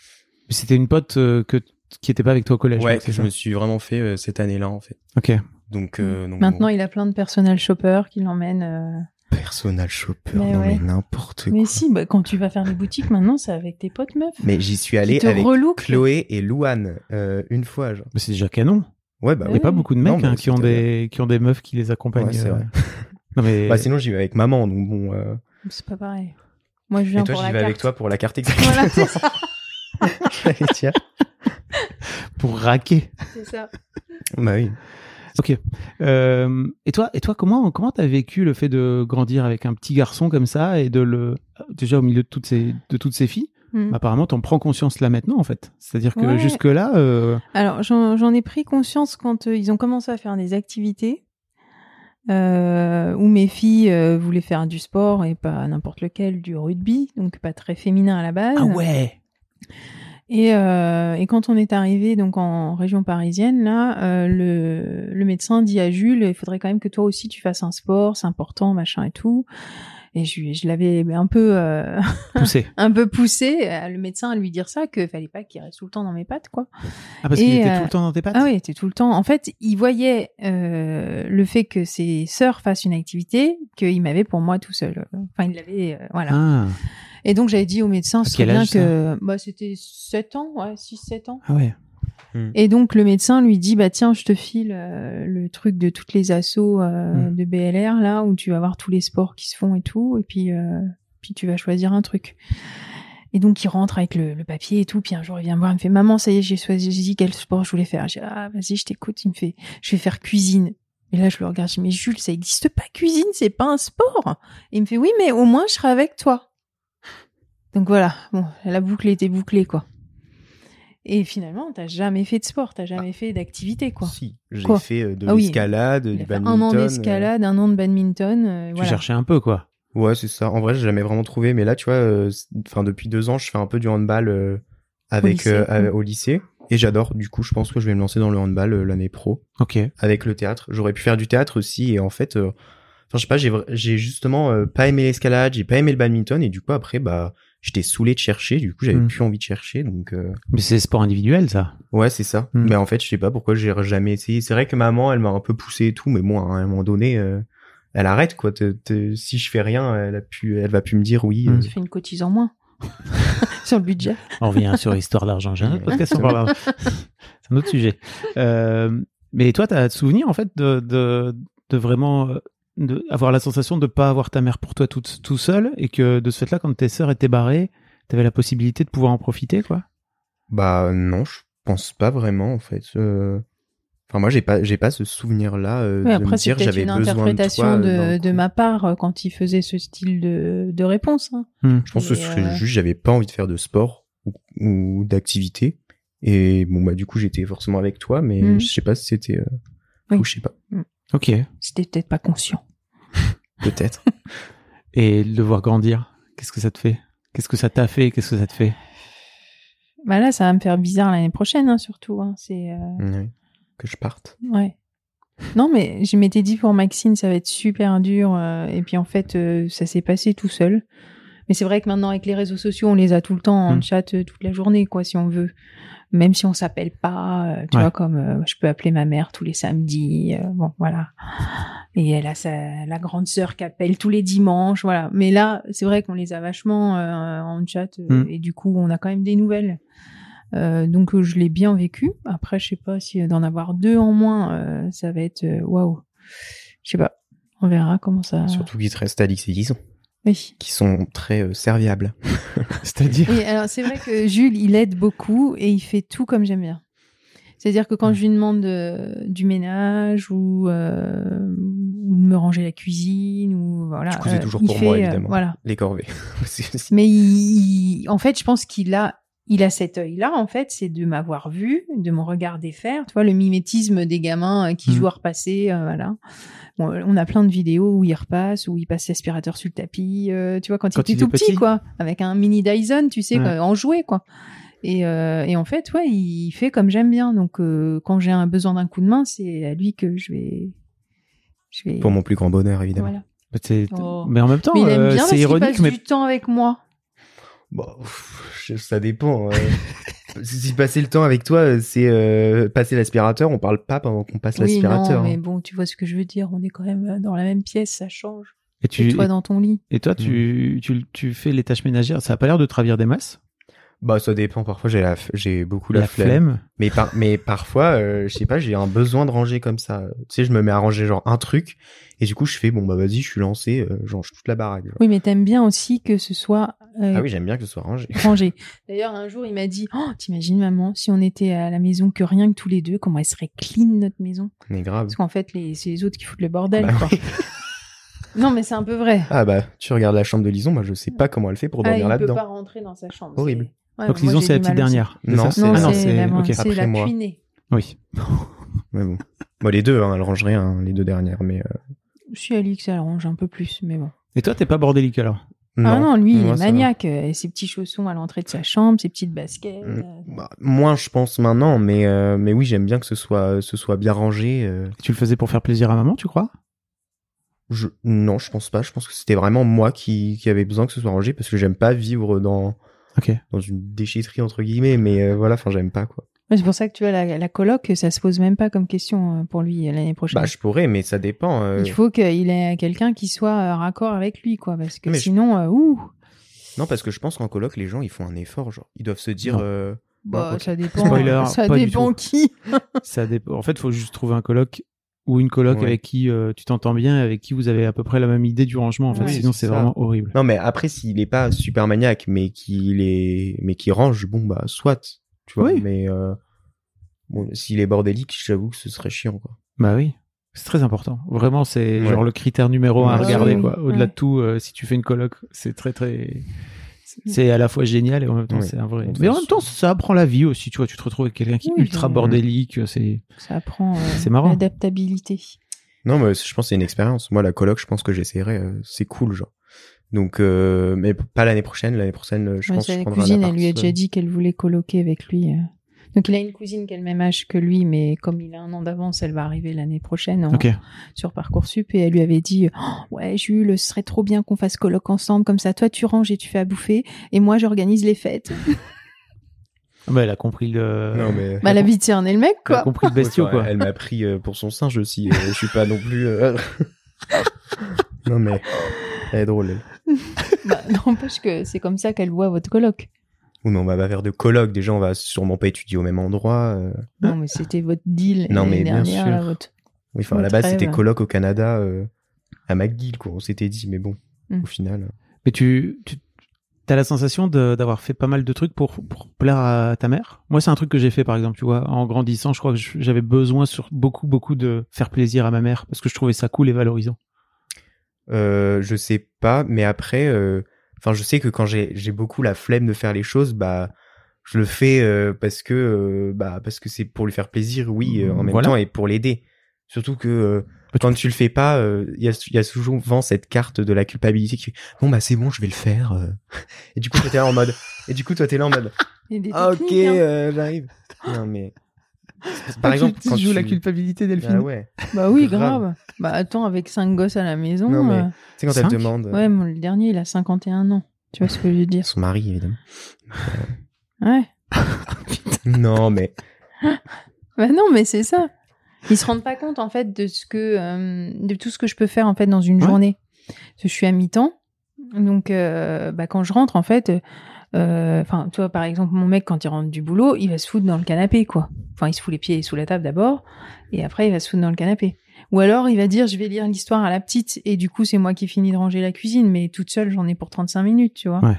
Mais C'était une pote euh, que, qui était pas avec toi au collège.
ouais,
donc, c'est
que je
ça
me suis vraiment fait euh, cette année-là en fait.
Ok.
Donc, euh, donc
Maintenant,
bon,
il a plein de personnel shoppers qui l'emmènent. euh,
personal shopper,
Mais
non
ouais.
mais n'importe
Mais
quoi.
si, bah, quand tu vas faire les boutiques maintenant, c'est avec tes potes meufs.
Mais j'y suis
Qui
allé
te
avec
relookent.
Chloé et Louane euh, une fois, genre.
Mais c'est déjà canon.
Ouais
Il n'y
Ouais.
bah
a
oui.
pas beaucoup de mecs
Non, mais
hein, qui, ont
c'était-
des, qui ont des meufs qui les accompagnent.
Ouais, c'est
euh.
vrai.
non, mais...
Bah sinon j'y vais avec maman, donc bon. euh,
C'est pas pareil. Moi, je
Et
viens
toi
pour
j'y
la
vais
carte.
avec toi pour la carte exactement.
Voilà, c'est ça.
J'allais dire.
pour raquer.
C'est ça.
Bah oui.
Euh, et toi, et toi, comment comment t'as vécu le fait de grandir avec un petit garçon comme ça et de le déjà au milieu de toutes ces de toutes ces filles
Mm.
Apparemment, t'en prends conscience là maintenant en fait. C'est-à-dire que euh,
Ouais.
jusque là,
Alors, j'en j'en ai pris conscience quand euh, ils ont commencé à faire des activités euh, où mes filles euh, voulaient faire du sport et pas n'importe lequel, du rugby, donc pas très féminin à la base.
ouais.
Et, euh, et quand on est arrivé donc en région parisienne, là, euh, le, le médecin dit à Jules, il faudrait quand même que toi aussi tu fasses un sport, c'est important, machin et tout. Et je, lui- je l'avais un peu, euh,
Poussé.
un peu poussé, euh, le médecin à lui dire ça, que fallait pas qu'il reste tout le temps dans mes pattes, quoi.
Ah parce qu'il
Et,
était
euh,
tout le temps dans tes pattes.
Ah oui, t'es tout le temps. En fait, il voyait euh, le fait que ses sœurs fassent une activité qu'il m'avait pour moi tout seul. Enfin, il l'avait, euh, voilà.
Ah,
Et donc j'avais dit au médecin, ce serait
quel
bien
âge, ça
que, bah, c'était 7 ans, ouais, 6-7 ans.
ah ouais.
Et donc le médecin lui dit bah tiens je te file euh, le truc de toutes les assos euh,
Mmh.
de BLR là où tu vas voir tous les sports qui se font et tout et puis euh, puis tu vas choisir un truc. Et donc il rentre avec le, le papier et tout puis un jour il vient me voir il me fait maman ça y est j'ai choisi j'ai dit quel sport je voulais faire. J'ai dit, ah vas-y je t'écoute il me fait je vais faire cuisine. Et là je le regarde je dis mais Jules ça existe pas cuisine c'est pas un sport. Et il me fait oui mais au moins je serai avec toi. Donc voilà bon la boucle était bouclée quoi. Et finalement, t'as jamais fait de sport, t'as jamais fait d'activité, quoi.
Si, j'ai
Quoi
fait euh, de
Ah oui.
l'escalade,
Il
du
a fait un an
badminton. euh,
d'escalade, un an de badminton. euh,
Tu
voilà.
cherchais un peu quoi.
Ouais, c'est ça. En vrai, j'ai jamais vraiment trouvé, mais là, tu vois, euh, c'est- enfin depuis deux ans, je fais un peu du handball euh, avec
lycée.
euh, avec-
Mm.
au lycée et j'adore. Du coup, je pense que je vais me lancer dans le handball euh, l'année pro
Ok.
avec le théâtre. J'aurais pu faire du théâtre aussi et en fait, euh, enfin je sais pas, j'ai vra- j'ai justement euh, pas aimé l'escalade, j'ai pas aimé le badminton et du coup après bah j'étais saoulé de chercher. Du coup, j'avais
Mm.
plus envie de chercher, donc. euh,
Mais c'est sport individuel ça.
Ouais, c'est ça.
Mm.
Hmm.
Mais en fait, je sais pas pourquoi j'ai jamais essayé. C'est vrai que maman, elle m'a un peu poussé et tout, mais bon, à un moment donné, euh, elle arrête quoi. Te- te- si je fais rien, elle a pu, elle va plus me dire oui. euh.
Mm.
Tu fais une cotise en moins sur le budget.
On revient sur Histoire d'argent. J'ai un autre podcast sur l'argent. C'est un autre sujet. Euh, mais toi, tu as souvenir, en fait, de, de, de vraiment euh, de avoir la sensation de pas avoir ta mère pour toi tout, tout seul et que de ce fait-là, quand tes sœurs étaient barrées, tu avais la possibilité de pouvoir en profiter, quoi.
Bah non, je pense pas vraiment en fait. Euh, Enfin, moi, j'ai pas, j'ai pas ce souvenir-là euh,
Ouais,
de
après,
me
c'est
dire
peut-être
j'avais
une
besoin de toi.
interprétation
euh,
de,
dans le
de
coup.
ma part euh, quand il faisait ce style de, de réponse. hein.
Je pense que
Mais,
c'est
euh,
juste j'avais pas envie de faire de sport ou, ou d'activité. Et bon bah du coup j'étais forcément avec toi, mais
Mm.
je sais pas si c'était, euh,
Oui.
ou je sais pas,
Ok.
C'était peut-être pas conscient.
peut-être.
Et le voir grandir, qu'est-ce que ça te fait Qu'est-ce que ça t'a fait Qu'est-ce que ça te fait
Bah là, ça va me faire bizarre l'année prochaine, hein, surtout. hein, C'est euh,
Ouais. Que je parte.
ouais. Non, mais je m'étais dit pour Maxine, ça va être super dur. euh, et puis en fait, euh, ça s'est passé tout seul. Mais c'est vrai que maintenant, avec les réseaux sociaux, on les a tout le temps en
Mm.
chat euh, toute la journée, quoi, si on veut. Même si on s'appelle pas, euh, tu
Ouais.
vois, comme euh, je peux appeler ma mère tous les samedis, euh, bon, voilà. Et elle a sa, la grande sœur qui appelle tous les dimanches, voilà. Mais là, c'est vrai qu'on les a vachement euh, en chat euh,
Mm.
et du coup, on a quand même des nouvelles. Euh, donc, euh, je l'ai bien vécu. Après, je sais pas si euh, d'en avoir deux en moins, euh, ça va être euh, waouh. Je sais pas. On verra comment ça.
Surtout qu'il te reste Alix et Lison,
Oui.
qui sont très euh, serviables.
C'est-à-dire
Oui, alors c'est vrai que Jules, il aide beaucoup et il fait tout comme j'aime bien. C'est-à-dire que quand je lui demande euh, du ménage ou, euh, ou de me ranger la cuisine ou voilà, euh,
Du coup, c'est toujours
il
pour moi,
fait, euh,
évidemment.
voilà.
Les corvées. C'est- c'est-
Mais il- il- en fait, je pense qu'il a il a cet œil-là, en fait, c'est de m'avoir vu, de me regarder faire. Tu vois, le mimétisme des gamins euh, qui
Mhm.
jouent à repasser, euh, voilà. Bon, on a plein de vidéos où il repasse, où il passe l'aspirateur sur le tapis, euh, tu vois, quand,
Quand il
il était
est
tout petit,
petit.
quoi, avec un mini Dyson, tu sais,
Ouais.
quoi, en jouet, quoi. Et, euh, et en fait, ouais, il fait comme j'aime bien. Donc, euh, quand j'ai un besoin d'un coup de main, c'est à lui que je vais. Je vais...
Pour mon plus grand bonheur, évidemment.
Voilà.
Mais Bah, c'est-
Oh.
Mais en même temps,
Mais il aime
euh,
bien parce
c'est
qu'il
ironique,
passe
mais
du temps avec moi.
Bon, pff, je- ça dépend. euh. si passer le temps avec toi, euh, c'est euh, passer l'aspirateur. On parle pas pendant qu'on passe
Oui, non,
l'aspirateur.
mais
hein.
bon, tu vois ce que je veux dire. On est quand même euh, dans la même pièce, ça change.
et
Et
tu
toi dans ton lit.
et toi tu, tu tu fais les tâches ménagères. Ça a pas l'air de travir des masses.
Bah, ça dépend. Parfois, j'ai la f- j'ai beaucoup la, flemme. Mais par- mais parfois, euh, je sais pas, j'ai un besoin de ranger comme ça. Tu sais, je me mets à ranger genre un truc et du coup, je fais bon bah vas-y, je suis lancé, euh, je range toute la baraque. genre.
Oui, mais t'aimes bien aussi que ce soit euh,
Ah oui, j'aime bien que ce soit rangé.
rangé. D'ailleurs, un jour, il m'a dit oh, T'imagines, maman, si on était à la maison que rien que tous les deux, comment elle serait clean notre maison
Mais grave.
Parce qu'en fait, les- c'est les autres qui foutent le bordel.
Bah
quoi.
oui.
Non, mais c'est un peu vrai.
Ah bah, tu regardes la chambre de Lison, moi je sais pas comment elle fait pour
Ah, il
dormir
peut
là-dedans.
pas rentrer dans sa chambre.
Horrible.
c'est- Ouais,
Donc
Ah, moi,
disons
j'ai
c'est la
du
petite
mal aussi.
dernière. c'est
Non,
ça
Non,
Ah non,
c'est la,
ok.
c'est la
Après moi.
cuinée.
Oui.
Mais bon. Moi les deux, hein, elle range rien, hein, les deux dernières, mais euh,
Si Alix, elle range un peu plus, mais bon.
Et toi t'es pas bordélique alors.
non.
ah non, lui, il
Moi,
est
ça va.
maniaque. euh, Ses petits chaussons à l'entrée de sa chambre, ses petites baskets.
Mm.
euh,
Bah, moins je pense maintenant, mais euh, mais oui, j'aime bien que ce soit ce soit bien rangé. euh.
Tu le faisais pour faire plaisir à maman, tu crois
Je- non, je pense pas. Je pense que c'était vraiment moi qui qui avait besoin que ce soit rangé parce que j'aime pas vivre dans
Ok.
dans une déchetterie entre guillemets, mais euh, voilà, enfin j'aime pas quoi.
Ouais, C'est pour ça que tu vois, la, la coloc, ça se pose même pas comme question euh, pour lui euh, l'année prochaine.
Bah je pourrais, mais ça dépend. euh.
Il faut qu'il ait quelqu'un qui soit euh, raccord avec lui, quoi, parce que
Mais je-
sinon, euh, ouh,
Non, parce que je pense qu'en coloc, les gens ils font un effort, genre ils doivent se dire.
Non.
euh,
bah,
ok.
ça dépend,
Spoiler,
ça
pas du
dépend
tout.
qui.
Ça dépend. En fait, il faut juste trouver un coloc ou une coloc
Ouais.
avec qui euh, tu t'entends bien, et avec qui vous avez à peu près la même idée du rangement. En fait,
Oui,
sinon
c'est
c'est
ça.
vraiment horrible.
Non, mais après s'il est pas super maniaque, mais qu'il est, mais qu'il range, bon bah soit, tu vois.
Oui.
Mais euh, bon, s'il est bordélique, j'avoue que ce serait chiant quoi.
Bah oui, c'est très important. Vraiment, c'est
Ouais.
genre le critère numéro un à
Ouais,
regarder.
oui,
quoi.
oui.
Au-delà
Ouais.
de tout, euh, si tu fais une coloc, c'est très très. C'est à la fois génial et en même temps
Oui.
c'est un vrai.
De toute
Mais en
façon-
même temps, ça apprend la vie aussi. Tu vois, tu te retrouves avec quelqu'un qui est
Oui,
ultra
oui.
bordélique. euh, C'est
Ça prend euh,
C'est marrant.
l'adaptabilité.
Non, mais je pense que c'est une expérience. Moi, la coloc, je pense que j'essaierai. euh, c'est cool, genre. Donc, euh, mais p- pas l'année prochaine. L'année prochaine, euh, je
Ouais,
pense que
sa
je prendrai un
cousine, elle
appart euh.
lui a
seul.
déjà dit qu'elle voulait coloquer avec lui. euh. Donc il a une cousine qui a le même âge que lui, mais comme il a un an d'avance, elle va arriver l'année prochaine en-
ok.
sur Parcoursup et elle lui avait dit Oh, ouais Jules, ce serait trop bien qu'on fasse coloc ensemble comme ça. Toi tu ranges et tu fais à bouffer et moi j'organise les fêtes.
Ah Bah, elle a compris le.
Non, mais.
Bah la vie de cerner le mec
Elle a
quoi.
compris le bestiau
Ouais, enfin,
quoi.
Elle m'a pris euh, pour son singe aussi. euh, je suis pas non plus. euh, non, mais. Elle est drôle. elle.
Bah, N'empêche que c'est comme ça qu'elle voit votre coloc.
Ou mais on va pas faire de coloc. Déjà, on va sûrement pas étudier au même endroit. euh.
Non mais c'était votre deal
Non,
l'année
mais bien
dernière.
sûr.
là, votre-
Oui, enfin, à la
Votre
base, c'était
rêve.
coloc au Canada, euh, à McGill, quoi. On s'était dit, mais bon,
Mm.
au final. euh,
Mais tu, tu as la sensation de- d'avoir fait pas mal de trucs pour, pour plaire à ta mère Moi, c'est un truc que j'ai fait, par exemple, tu vois, en grandissant, je crois que je- j'avais besoin sur beaucoup, beaucoup de faire plaisir à ma mère parce que je trouvais ça cool et valorisant.
Euh, je sais pas, mais après, euh, enfin, je sais que quand j'ai j'ai beaucoup la flemme de faire les choses, bah, je le fais euh, parce que euh, bah parce que c'est pour lui faire plaisir, oui, euh, en même
Voilà.
temps et pour l'aider. Surtout que euh,
Bah, tu-
quand tu le fais pas, euh, il y, a, il y a souvent cette carte de la culpabilité qui fait bon bah c'est bon, je vais le faire. euh. Et du coup toi t'es là en mode. Et du coup toi t'es là en mode.
Il y a des
Ah, ok,
techniques, hein.
euh, j'arrive. Non mais. Par exemple, quand tu-
culpabilité,
Ah ouais.
Bah oui grave.
grave.
Bah attends avec cinq gosses à la maison.
Non, mais-
euh,
Tu sais quand elle
Cinq
te demande. euh,
Ouais mon- le dernier il a 51 ans. Tu vois ce que je veux dire
Son mari évidemment.
Ouais.
non mais.
Bah non mais c'est ça. Ils se rendent pas compte en fait de ce que euh, de tout ce que je peux faire en fait dans une
Ouais.
journée. Parce que je suis à mi-temps. Donc euh, bah, quand je rentre en fait euh, enfin toi par exemple mon mec quand il rentre du boulot, il va se foutre dans le canapé quoi. Enfin il se fout les pieds sous la table d'abord et après il va se foutre dans le canapé. Ou alors il va dire je vais lire l'histoire à la petite et du coup c'est moi qui finis de ranger la cuisine mais toute seule j'en ai pour 35 minutes, tu vois.
Ouais.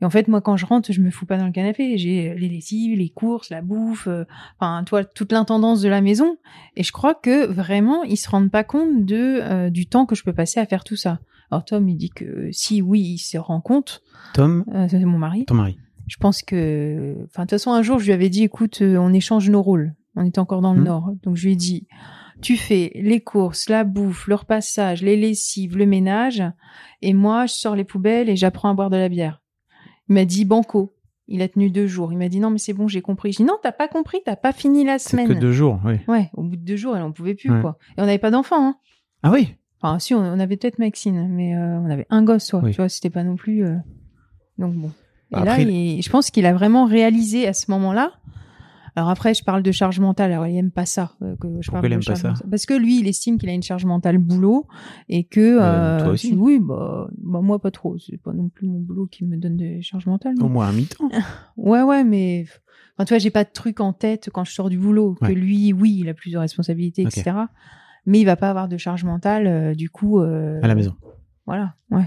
Et en fait moi quand je rentre, je me fous pas dans le canapé, j'ai les lessives, les courses, la bouffe, euh, enfin toi toute l'intendance de la maison et je crois que vraiment ils se rendent pas compte de euh, du temps que je peux passer à faire tout ça. Alors Tom il dit que si oui, il se rend compte,
Tom,
euh, ça, c'est mon mari.
ton mari.
je pense que, enfin, de toute façon, un jour, je lui avais dit, écoute, euh, on échange nos rôles. On était encore dans le
Mhm.
Nord. Donc, je lui ai dit, tu fais les courses, la bouffe, le repassage, les lessives, le ménage. Et moi, je sors les poubelles et j'apprends à boire de la bière. Il m'a dit, banco. Il a tenu deux jours. Il m'a dit, non, mais c'est bon, j'ai compris. J'ai dit, non, t'as pas compris, t'as pas fini la
C'est
semaine.
que deux jours, oui.
Ouais, au bout de deux jours, elle en pouvait plus,
Ouais.
quoi. Et on n'avait pas d'enfant, hein.
Ah oui
Enfin, si, on, on avait peut-être Maxine, mais euh, on avait un gosse, soit.
Oui.
Tu vois, c'était pas non plus. euh, Donc bon. Et
Bah,
là,
après,
il- je pense qu'il a vraiment réalisé à ce moment-là. Alors après, je parle de charge mentale. Alors il aime pas ça. euh, que je
Pourquoi
parle
il
de
aime pas
charge
ça
mentale. Parce que lui, il estime qu'il a une charge mentale boulot et que.
Euh, toi
euh,
aussi.
Oui, bah, bah, moi pas trop. C'est pas non plus mon boulot qui me donne des charges mentales.
Au
mais-
moins un mi-temps.
Ouais, ouais, mais enfin, tu vois, j'ai pas de truc en tête quand je sors du boulot. Que
Ouais.
lui, oui, il a plus de responsabilités,
Ok.
etc. Mais il va pas avoir de charge mentale, euh, du coup. euh,
À la maison.
Voilà, ouais.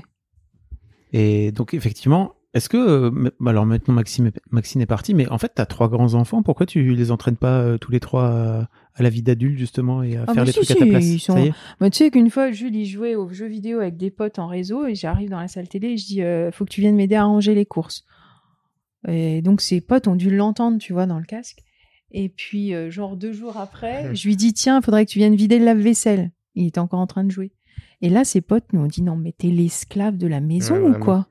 Et donc, effectivement, est-ce que. euh, ma- bah alors maintenant, Maxime, est- Maxine est partie, mais en fait, tu as trois grands-enfants. Pourquoi tu les entraînes pas euh, tous les trois euh, à la vie d'adulte, justement, et à
Ah,
faire
mais
les
si,
trucs à ta
si,
place
ils sont-
Ça y est
Mais tu sais qu'une fois, Julie jouait aux jeux vidéo avec des potes en réseau et j'arrive dans la salle télé et je dis euh, Faut que tu viennes m'aider à ranger les courses. Et donc, ses potes ont dû l'entendre, tu vois, dans le casque. Et puis, euh, genre deux jours après, je lui dis Tiens, faudrait que tu viennes vider le lave-vaisselle. Il était encore en train de jouer. Et là, ses potes nous ont dit Non, mais t'es l'esclave de la maison
Ouais,
ou
vraiment.
quoi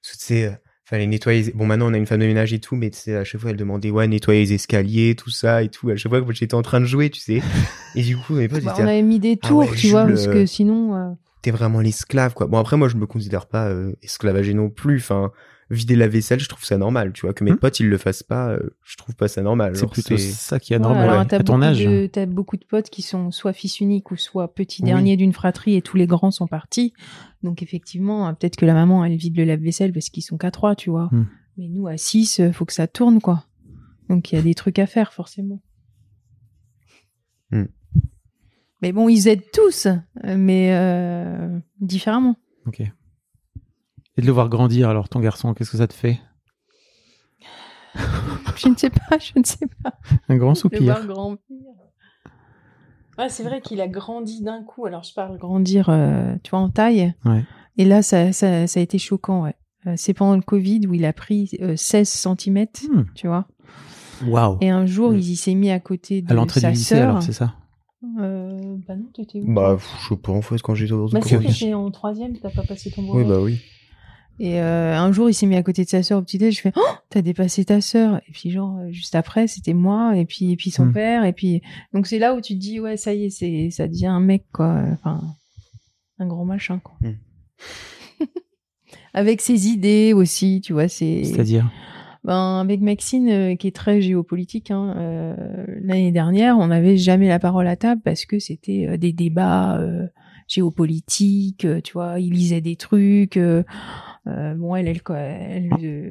c'est euh, fallait nettoyer les- bon maintenant on a une femme de ménage et tout mais tu sais, à chaque fois elle demandait ouais nettoyer les escaliers tout ça et tout à chaque fois que j'étais en train de jouer tu sais et du coup mes potes
Bah,
étaient
On
là,
avait mis des
Ah
tours,
ouais,
tu vois,
Jules,
parce
euh,
que sinon. euh,
t'es vraiment l'esclave quoi bon après moi je me considère pas euh, esclavagé non plus enfin vider la vaisselle je trouve ça normal tu vois que mes
Mhm.
potes ils le fassent pas euh, je trouve pas ça normal
C'est
Genre,
plutôt
Mmh. c'est-
ça qui est
Ouais,
normal.
alors,
ouais.
t'as
À ton
beaucoup
âge.
de- T'as beaucoup de potes qui sont soit fils uniques ou soit petits
Oui.
derniers d'une fratrie et tous les grands sont partis. Donc, effectivement, hein, peut-être que la maman, elle vide le lave-vaisselle parce qu'ils sont qu'à trois, tu vois.
Hmm.
Mais nous, à six, euh, faut que ça tourne, quoi. Donc, il y a des trucs à faire, forcément.
Hmm.
Mais bon, ils aident tous, euh, mais euh, différemment.
Ok. Et de le voir grandir, alors, ton garçon, qu'est-ce que ça te fait
Je ne sais pas, je ne sais pas.
Un grand
Le voir
soupir.
grandir. Ouais, c'est vrai qu'il a grandi d'un coup. Alors, je parle grandir, euh, tu vois, en taille.
Ouais.
Et là, ça, ça, ça a été choquant, ouais. Euh, C'est pendant le Covid où il a pris euh, 16 cm,
Hmm.
tu vois.
Waouh.
Et un jour,
Mm.
il s'est mis à côté de
À l'entrée
sa
du lycée,
sœur.
alors, c'est ça
Euh, bah non, t'étais où
bah pff, je sais pas en fait quand j'étais au
Bah si,
comment-
t'étais en troisième, t'as pas passé ton brevet.
oui bah oui
Et euh, un jour, il s'est mis à côté de sa sœur au petit-déj. Je fais, oh, t'as dépassé ta sœur. Et puis genre, euh, juste après, c'était moi, et puis et puis son
Hmm.
père, et puis donc c'est là où tu te dis, ouais, ça y est, c'est ça devient un mec quoi, enfin un gros machin quoi.
Hmm.
avec ses idées aussi, tu vois, c'est
C'est-à-dire
ben, avec Maxine, euh, qui est très géopolitique, hein, euh, l'année dernière, on n'avait jamais la parole à table parce que c'était euh, des débats euh, géopolitiques, euh, tu vois, il lisait des trucs. euh, euh, bon, elle, elle, quoi, elle, euh,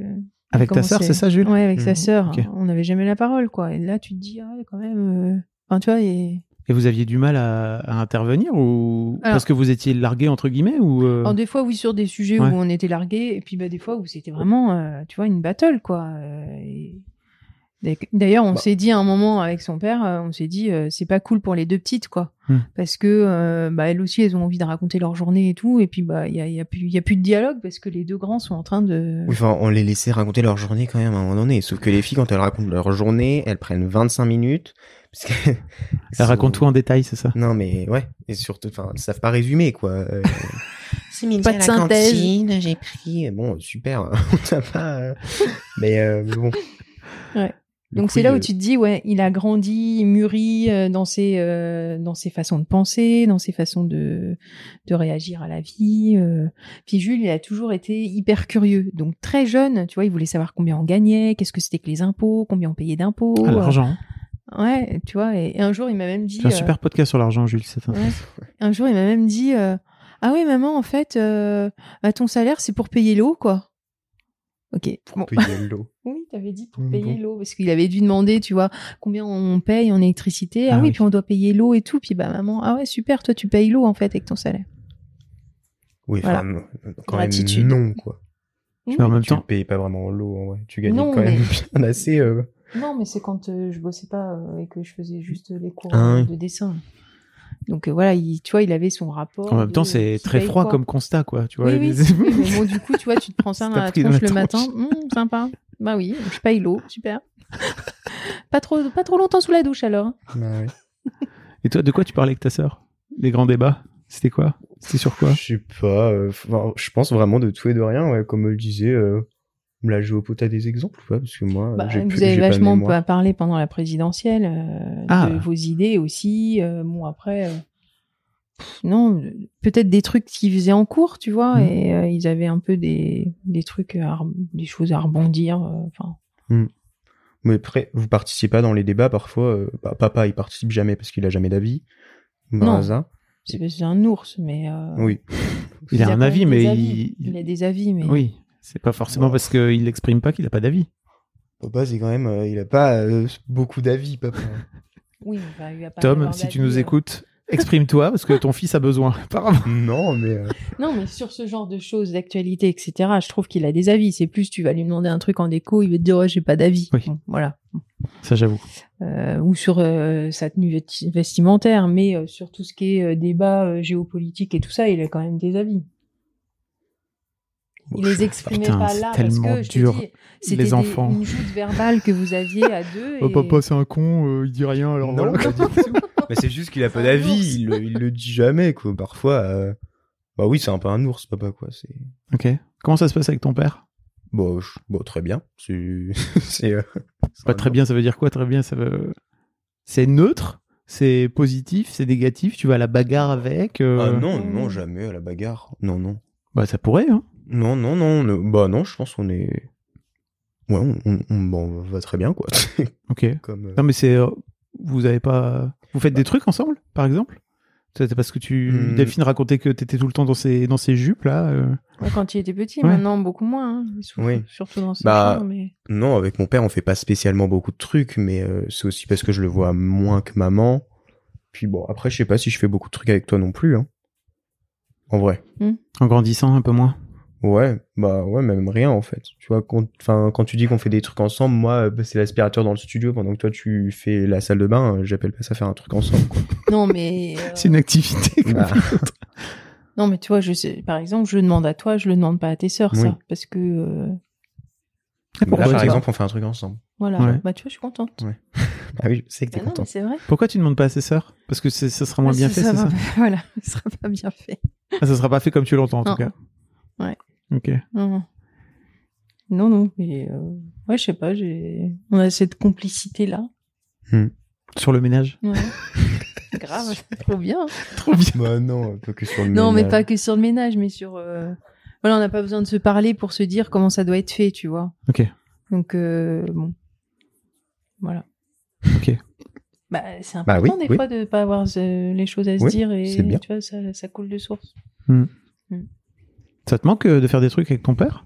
Avec ta
Comment
sœur,
c'est
c'est ça, Jules
ouais, avec
Mhm,
sa sœur,
ok.
on n'avait jamais la parole, quoi. Et là, tu te dis, ah ouais, quand même, euh, enfin, tu vois, et...
Et vous aviez du mal à, à intervenir ou
Alors-
parce que vous étiez largué entre guillemets ou euh,
Alors, des fois, oui, sur des sujets
Ouais.
où on était largué, et puis bah, des fois où c'était vraiment, euh, tu vois, une battle, quoi. euh, et- D'ac- D'ailleurs, on
Bah.
s'est dit à un moment avec son père, euh, on s'est dit, euh, c'est pas cool pour les deux petites, quoi.
Hmm.
Parce que, euh, bah, elles aussi, elles ont envie de raconter leur journée et tout, et puis, bah, il n'y a, il y a, plus- il y a plus de dialogue parce que les deux grands sont en train de.
Oui, enfin, on les laissait raconter leur journée quand même à un moment donné. Sauf que les filles, quand elles racontent leur journée, elles prennent 25 minutes. Parce que...
elle raconte tout en détail, c'est ça
Non, mais ouais. Et surtout, enfin, elles ne savent pas résumer, quoi. Euh,
Pas de synthèse.
j'ai pris. Bon, super. On t'a pas. euh, Mais euh, bon.
Ouais.
Du
Donc
coup,
c'est là
il-
où tu te dis ouais, il a grandi, il mûri euh, dans ses euh, dans ses façons de penser, dans ses façons de de réagir à la vie. euh. Puis Jules, il a toujours été hyper curieux. Donc très jeune, tu vois, il voulait savoir combien on gagnait, qu'est-ce que c'était que les impôts, combien on payait d'impôts.
Ah, l'argent. hein.
Oh, euh. Ouais, tu vois. Et, et un jour, il m'a même dit.
J'ai un
euh,
super podcast sur l'argent, Jules. C'est un-
Ouais. Un jour, il m'a même dit euh, Ah oui, maman, en fait, euh, bah, ton salaire, c'est pour payer l'eau, quoi. Ok. bon.
Puis il y a l'eau.
Oui, t'avais dit pour
Mmh,
Mm,
payer
bon.
l'eau, parce qu'il avait dû demander, tu vois, combien on paye en électricité. Ah,
Ah
oui,
oui.
puis on doit payer l'eau et tout. Puis bah maman, ah ouais, super, toi tu payes l'eau en fait avec ton salaire.
Oui,
Voilà.
enfin, non, quand
Gratitude.
même, non, quoi.
Mais en même
Tu ne
temps,
payes pas vraiment l'eau, en vrai. Tu gagnes
Non,
quand même
mais-
bien assez. euh,
Non, mais c'est quand euh, je bossais pas euh, et que je faisais juste les cours
Ah
euh,
oui.
de dessin. Donc euh, voilà, il, tu vois, il avait son rapport.
en même
de
temps, c'est
qui
très
paye
froid
quoi.
comme constat, quoi. Tu vois.
oui, oui,
les-
oui, mais bon, du coup, tu vois, tu te prends ça
Ça
dans
t'a
la
pris dans
tronche
la
le matin.
tronche.
Hum, sympa. Bah oui, je paye l'eau, super. pas, trop, pas trop longtemps sous la douche alors.
Bah oui.
Et toi, de quoi tu parlais avec ta sœur Les grands débats C'était quoi C'était sur quoi
Je sais pas. euh, enfin, je pense vraiment de tout et de rien, ouais, comme elle disait. euh, la géopo, t'as des exemples ou pas Parce que moi,
Bah,
j'ai
vous
plus-
avez
j'ai pas de
vachement
mémoire.
pas parlé pendant la présidentielle euh,
Ah.
de vos idées aussi. euh, bon, après, euh, pff, non, euh, peut-être des trucs qu'ils faisaient en cours, tu vois,
Mhm.
et euh, ils avaient un peu des, des trucs, à re- des choses à rebondir. euh, Enfin,
Mais après, vous participez pas dans les débats parfois. euh, bah, papa, il participe jamais parce qu'il a jamais d'avis. Par
Non.
hasard.
c'est c'est un ours, mais. euh,
Oui.
Il a
quand
un
même
avis,
des
mais
avis.
il-
Il a des avis, mais.
Oui, c'est pas forcément parce qu'il n'exprime pas qu'il n'a pas d'avis.
Papa, c'est quand même, euh, il a pas euh, beaucoup d'avis, papa.
Oui, mais enfin, il va pas
Tom,
avoir
si tu
d'avis,
nous
euh.
écoutes, exprime-toi parce que ton fils a besoin. Apparemment.
non, mais euh,
Non, mais sur ce genre de choses, d'actualité, etc., je trouve qu'il a des avis. C'est plus, tu vas lui demander un truc en déco, il va te dire, ouais, j'ai pas d'avis.
Oui.
Bon, voilà.
Ça, j'avoue.
Euh, ou sur euh, sa tenue vesti- vestimentaire, mais euh, sur tout ce qui est euh, débat euh, géopolitique et tout ça, il a quand même des avis. Il les exprimait
Putain,
pas
c'est
là parce
tellement
que je te
dur.
dis, c'était des-
enfants.
une joute verbale que vous aviez à deux. et...
Oh, c'est un con, euh, il dit rien,
alors Non. voilà. mais c'est juste qu'il a pas d'avis. Il, le- il le dit jamais, quoi. Parfois, euh, bah oui, c'est un peu un ours, papa, quoi. C'est
Ok. Comment ça se passe avec ton père
bon, je- bon, très bien. C'est, c'est, euh, c'est
Pas
un
très
ours.
bien, ça veut dire quoi Très bien, ça veut. C'est neutre, c'est positif, c'est négatif, tu vas à la bagarre avec. euh,
Ah non, non, jamais à la bagarre. Non, non,
Bah, ça pourrait, hein.
non, non, non. ne- Bah non, je pense qu'on est. Ouais, on, on- on- bon, on va très bien, quoi.
Ok.
Comme. euh,
Non, mais c'est. euh, Vous avez pas. Vous faites des trucs ensemble, par exemple C'était parce que tu.
Hmm.
Delphine racontait que t'étais tout le temps dans ses, dans ses jupes, là. euh.
Ouais, quand il était petit,
Ouais.
maintenant beaucoup moins. hein, surtout-
Oui.
Surtout dans ce
Bah,
genre, mais...
Non, avec mon père, on fait pas spécialement beaucoup de trucs, mais euh, c'est aussi parce que je le vois moins que maman. Puis bon, après, je sais pas si je fais beaucoup de trucs avec toi non plus, hein. En vrai.
En grandissant, un peu moins.
Ouais, bah ouais, même rien en fait. Tu vois, quand, enfin, quand tu dis qu'on fait des trucs ensemble, moi, euh, bah, c'est l'aspirateur dans le studio pendant que toi tu fais la salle de bain, euh, j'appelle pas ça faire un truc ensemble. quoi.
Non, mais. euh,
C'est une activité.
Bah,
Non, mais tu vois, je sais, par exemple, je demande à toi, je le demande pas à tes sœurs,
Oui.
ça. Parce que, euh,
bah, là,
Ah, pourquoi
par
pas
exemple, on fait un truc ensemble.
voilà,
Ouais.
bah, tu vois, je suis contente.
Ah oui, je sais que t'es
Bah non,
content.
mais c'est vrai.
Pourquoi tu ne demandes pas à ses sœurs Parce que c'est- ça sera moins
Ah,
bien
si,
fait,
ça
c'est ça
va pas- Voilà, ce sera pas bien fait.
Ah, Ça sera pas fait comme tu l'entends, en
Non.
tout cas.
Ouais.
Ok.
Non, non. non, non, mais euh, ouais, je sais pas, j'ai... on a cette complicité-là.
Sur le ménage
Ouais. Grave, trop bien.
Trop bien.
Bah non, un peu que sur le
Non, mais
ménage.
pas que sur le ménage, mais sur. euh, Voilà, on n'a pas besoin de se parler pour se dire comment ça doit être fait, tu vois.
Ok.
Donc, euh, bon. Voilà.
Ok.
Bah, c'est
Bah
important
oui,
des
oui.
fois de ne pas avoir euh, les choses à se
Oui,
dire et
c'est bien.
tu vois, ça, ça coule de source.
Ça te manque euh, de faire des trucs avec ton père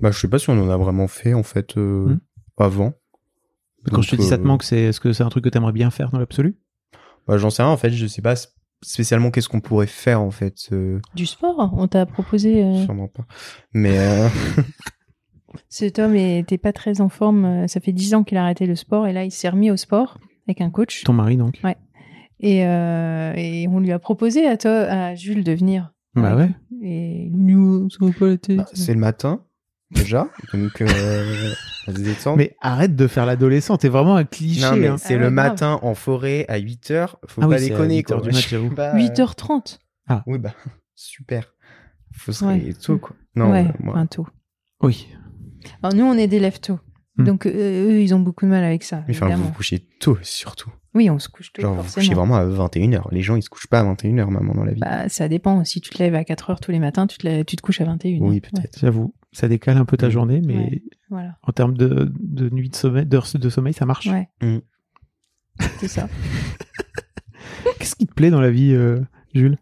Bah je sais pas si on en a vraiment fait en fait euh,
Hmm.
avant.
Quand je te
Donc,
dis ça te
euh,
manque, c'est est-ce que c'est un truc que t'aimerais bien faire dans l'absolu
Bah, j'en sais rien en fait, je sais pas sp- spécialement qu'est-ce qu'on pourrait faire en fait, euh,
Du sport, on t'a proposé. euh,
sûrement pas. Mais euh,
Cet homme n'était pas très en forme. euh, Ça fait 10 ans qu'il a arrêté le sport et là, il s'est remis au sport avec un coach.
Ton mari, donc
Et, euh, et on lui a proposé à, toi, à Jules de venir.
Bah ouais.
Et il nous, ça va pas la tête.
bah, c'est le matin déjà, donc euh, on se détend.
Mais arrête de faire l'adolescent, t'es vraiment un cliché.
non mais
hein.
c'est
Ah
le
ouais, grave.
matin en forêt à 8h, faut
Ah
pas
oui, c'est à
déconner
8 heures
quoi.
du mat,
Je suis
j'avoue.
pas, euh,
8h30.
Oui bah super. Faut se
Ouais.
réveiller tôt quoi. Non,
ouais,
euh, moi-
enfin, tôt.
Oui.
Alors nous, on est des lève-tôt.
Hmm.
Donc euh, eux, ils ont beaucoup de mal avec ça.
mais enfin vous
évidemment.
vous couchez tôt surtout.
Oui, on se couche tôt,
Genre vous vous couchez
forcément.
vraiment à 21h. Les gens ils se couchent pas à 21h maman dans la vie.
Bah, ça dépend. Si tu te lèves à 4 heures tous les matins, tu te, lèves- tu te couches à 21.
oui
Ouais,
peut-être.
J'avoue, ça décale un peu ta
Mm.
journée, mais
Ouais. voilà,
en termes de, de nuit de sommeil, d'heures de sommeil, ça marche.
ouais.
Hmm.
C'est ça.
Qu'est-ce qui te plaît dans la vie, euh, Jules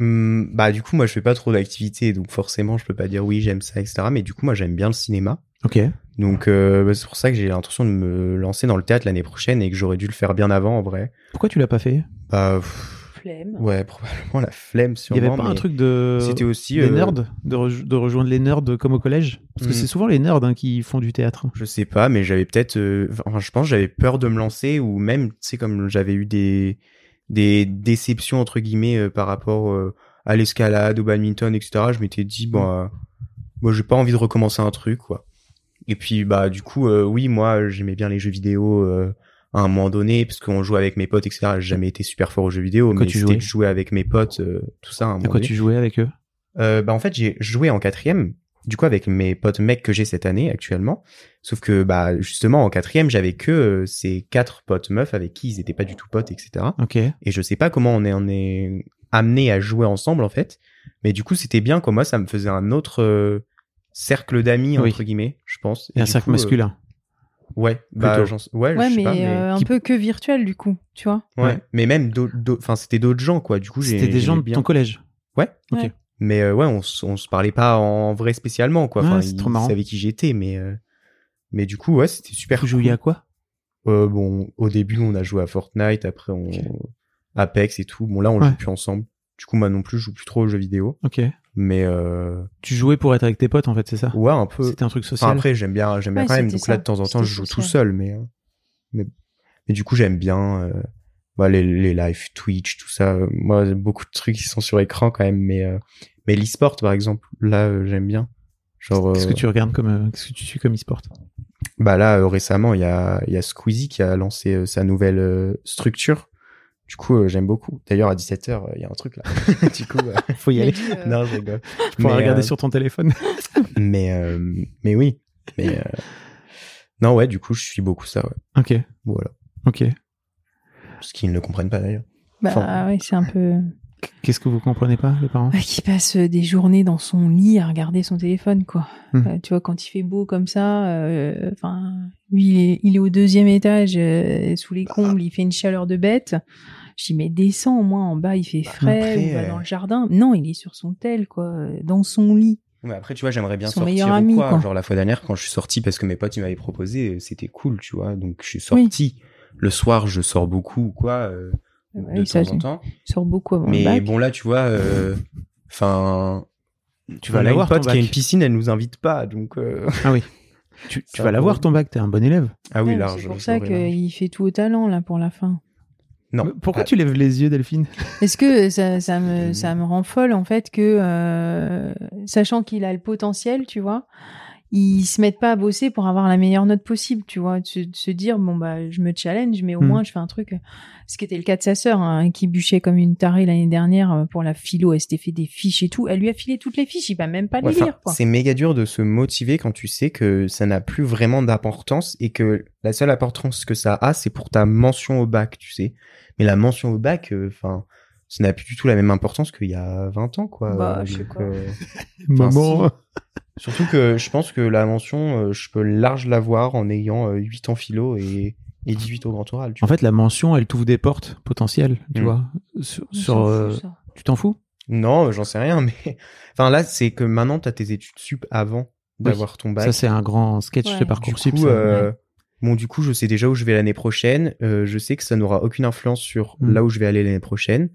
Hum, bah du coup moi je fais pas trop d'activités donc forcément je peux pas dire oui j'aime ça etc mais du coup moi j'aime bien le cinéma
Ok.
donc euh, bah, c'est pour ça que j'ai l'intention de me lancer dans le théâtre l'année prochaine et que j'aurais dû le faire bien avant en vrai
Pourquoi tu l'as pas fait
bah pff,
Flemme.
ouais probablement la flemme
Il y
sûrement
avait pas un
mais
truc de.
c'était aussi
des
euh,
nerds de, rej- de rejoindre les nerds comme au collège Parce que
Mm.
c'est souvent les nerds hein, qui font du théâtre.
je sais pas mais j'avais peut-être euh, enfin, je pense j'avais peur de me lancer ou même tu sais comme j'avais eu des des déceptions entre guillemets euh, par rapport euh, à bah, l'escalade au badminton etc je m'étais dit bon euh, moi j'ai pas envie de recommencer un truc quoi Et puis bah du coup euh, oui moi j'aimais bien les jeux vidéo euh, à un moment donné parce qu'on jouait avec mes potes etc. J'ai jamais été super fort aux jeux vidéo
quoi
mais
tu
c'était
jouais
de jouer avec mes potes euh, tout ça. À un
À
moment
quoi
donné.
tu jouais avec eux
Euh, bah en fait j'ai joué en quatrième du coup avec mes potes mecs que j'ai cette année actuellement sauf que bah justement en quatrième j'avais que euh, ces quatre potes meufs avec qui ils étaient pas du tout potes etc
Ok.
et je sais pas comment on est on est amené à jouer ensemble en fait mais du coup c'était bien comme moi ça me faisait un autre euh, cercle d'amis
Oui.
entre guillemets je pense
Et un
du
cercle
coup, euh,
masculin.
ouais bah
plutôt.
j'en- ouais,
Ouais,
je sais
mais,
pas, mais
euh, un
qui-
peu que virtuel du coup, tu vois.
ouais.
ouais.
mais même d'autres d'autres- enfin c'était d'autres gens quoi du coup j'ai-
C'était des gens
j'aimais
de
bien.
ton collège.
Mais euh, ouais, on, s- on se parlait pas en vrai spécialement, quoi.
Ouais,
Enfin,
c'est
il
trop marrant.
savait qui j'étais, mais euh, mais du coup, ouais, c'était super.
Tu jouais à quoi
cool. Euh, bon, au début, on a joué à Fortnite, après on
Ok.
Apex et tout. Bon, là, on
Ouais.
joue plus ensemble. Du coup, moi non plus, je joue plus trop aux jeux vidéo,
Ok.
mais euh,
Tu jouais pour être avec tes potes en fait, Ah, c'est ça
ouais, un peu.
C'était un truc social.
Enfin, après, j'aime bien, j'aime bien
Ouais,
quand même.
c'était
Donc là,
ça.
de temps en temps,
C'était
je joue tout
social.
seul, mais euh, mais, mais du coup, j'aime bien euh, bah, les, les lives Twitch, tout ça. Euh, Moi, beaucoup de trucs qui sont sur écran quand même, mais euh, mais l'e-sport par exemple, là, euh, j'aime bien. Genre,
Qu'est-ce
euh,
que tu regardes comme, euh, qu'est-ce que tu suis comme e-sport
bah là euh, récemment, il y a il y a Squeezie qui a lancé euh, sa nouvelle euh, structure. Du coup, euh, j'aime beaucoup. D'ailleurs, à 17h, euh, il y a un truc là. du coup, euh,
Faut y
Mais
aller.
dis, euh,
non, je rigole.
Tu pourras
Mais,
regarder
euh,
sur ton téléphone.
Mais euh, mais oui, mais euh, non ouais, du coup, je suis beaucoup ça, ouais.
ok.
Voilà.
Ok.
Ce qu'ils ne comprennent pas d'ailleurs.
Bah
Enfin.
ouais, c'est un peu.
Qu'est-ce que vous comprenez pas, les parents
Ouais, qui passe euh, des journées dans son lit à regarder son téléphone, quoi.
Mmh.
Mhm.
Euh, tu vois, quand il fait beau comme ça, euh, enfin, lui, il est, il est au deuxième étage, euh, sous
Ah.
les combles, il fait une chaleur de bête. Je dis, mais descends au moins en bas, il fait frais,
après,
ou va
euh,
dans le jardin. Non, il est sur son tel, quoi, euh, dans son lit.
Mais après, tu vois, j'aimerais bien
Son
sortir
meilleur
ou
ami,
quoi.
quoi.
Genre la fois dernière, quand je suis sorti parce que mes potes ils m'avaient proposé, euh, c'était cool, tu vois. Donc je suis sorti. Le soir, je sors beaucoup ou quoi, euh,
Euh,
de
oui, ça,
temps en
c'est-
temps.
Il sort beaucoup avant le
Mais
bac.
bon là, tu vois, euh, enfin.
Tu vas
on a
l'avoir,
une pote
ton
qui a
bac.
une piscine, elle nous invite pas, donc. euh,
Ah oui. Tu, tu
Ça
vas
va.
l'avoir ton bac, t'es un bon élève.
Ah oui,
Ouais,
large.
C'est pour
je
ça
l'aurais large.
qu'il fait tout au talent, là, pour la fin.
Non.
Mais Pourquoi
ah.
tu lèves les yeux, Delphine
Est-ce que ça, ça me, ça me rend folle en fait que, euh, sachant qu'il a le potentiel, tu vois, ils se mettent pas à bosser pour avoir la meilleure note possible, tu vois, de se, de se dire bon bah je me challenge, mais au
Hmm.
Mm.
moins je fais un truc. Ce qui était le cas de sa sœur, hein, qui bûchait comme une tarée l'année dernière euh, pour la philo, elle s'était fait des fiches et tout, elle lui a filé toutes les fiches, il va même pas
Ouais,
les
enfin,
lire quoi.
c'est méga dur de se motiver quand tu sais que ça n'a plus vraiment d'importance et que la seule importance que ça a, c'est pour ta mention au bac, tu sais. Mais la mention au bac, euh, enfin, ça n'a plus du tout la même importance qu'il y a 20 ans, quoi.
Bah,
Euh,
je sais
donc,
pas.
euh,
Maman.
surtout que je pense que la mention, euh, je peux large l'avoir en ayant euh, 8 ans philo et, et 18 au grand oral, tu
En fait, la mention, elle t'ouvre des portes potentielles, tu
Mm.
vois. Sur,
On
sur,
s'en fout,
euh,
ça.
tu t'en fous
Non, j'en sais rien, mais enfin là, c'est que maintenant t'as tes études sup avant d'avoir ton bac.
Ça, c'est un grand sketch
Ouais.
de
Du
Bah, du
parcours
coup, euh, bon, du coup, je sais déjà où je vais l'année prochaine. Euh, je sais que ça n'aura aucune influence sur
Mm.
là où je vais aller l'année prochaine.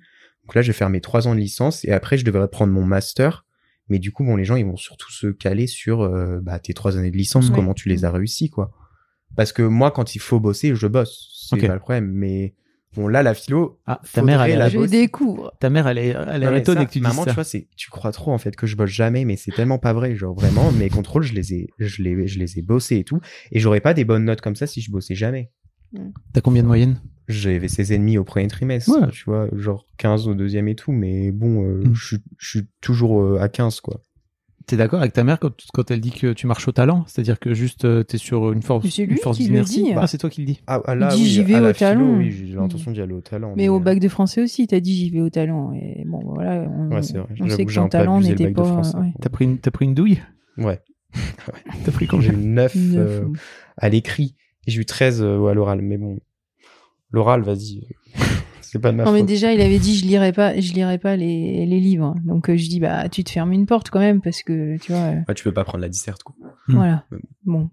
Donc là, je vais faire mes trois ans de licence et après, je devrais prendre mon master. Mais du coup, bon, les gens, ils vont surtout se caler sur euh, bah, tes trois années de licence,
Mm.
comment tu les as réussies, quoi. Parce que moi, quand il faut bosser, je bosse. C'est
Ok.
pas le problème. Mais bon, là, la philo.
Ah, ta mère,
faudrait
elle,
la
est-
Je
bosse.
découvre.
ta mère, elle est, elle
Non,
est
mais
étonnée
ça,
que tu dises
maman,
ça.
tu vois, c'est, tu crois trop en fait que je bosse jamais, mais c'est tellement pas vrai, genre vraiment. Mes contrôles, je les ai, je les, je les ai bossés et tout, et j'aurais pas des bonnes notes comme ça si je bossais jamais.
T'as combien de moyenne
J'avais 16 ennemis au premier trimestre,
Ouais.
tu vois, genre 15 au deuxième et tout, mais bon, euh,
Mm.
je, suis- je suis toujours euh, à 15 quoi.
T'es d'accord avec ta mère quand, quand elle dit que tu marches au talent C'est-à-dire que juste euh, t'es sur une force,
Mais c'est
une
lui
force
qui le
d'inertie
dit.
Ah, c'est toi qui le dis.
Ah, ah,
Il
là,
dit,
oui,
j'y vais
à la
au
philo,
talent. hein. Mm.
oui, j'ai j'ai l'intention d'y aller au talent.
Mais au
euh,
bac de français aussi, t'as dit j'y vais au talent. Et bon, voilà, on,
Ouais, c'est vrai.
on
J'avoue
sait
que
que
j'ai un
ton
peu
talent
abusé le bac
n'était
de
pas.
français.
ouais.
T'as pris, une- t'as pris une douille
Ouais.
T'as pris
Quand
combien
j'ai eu 9
Neuf, ou-
à l'écrit, et j'ai eu 13 euh, à l'oral, mais bon, l'oral, vas-y, euh, c'est pas de ma
Non mais
faute.
déjà il avait dit je lirai pas je lirai pas les, les livres donc euh, je dis bah tu te fermes une porte quand même parce que tu vois euh,
Ouais, tu peux pas prendre la disserte quoi.
Hmm.
voilà
Ouais.
bon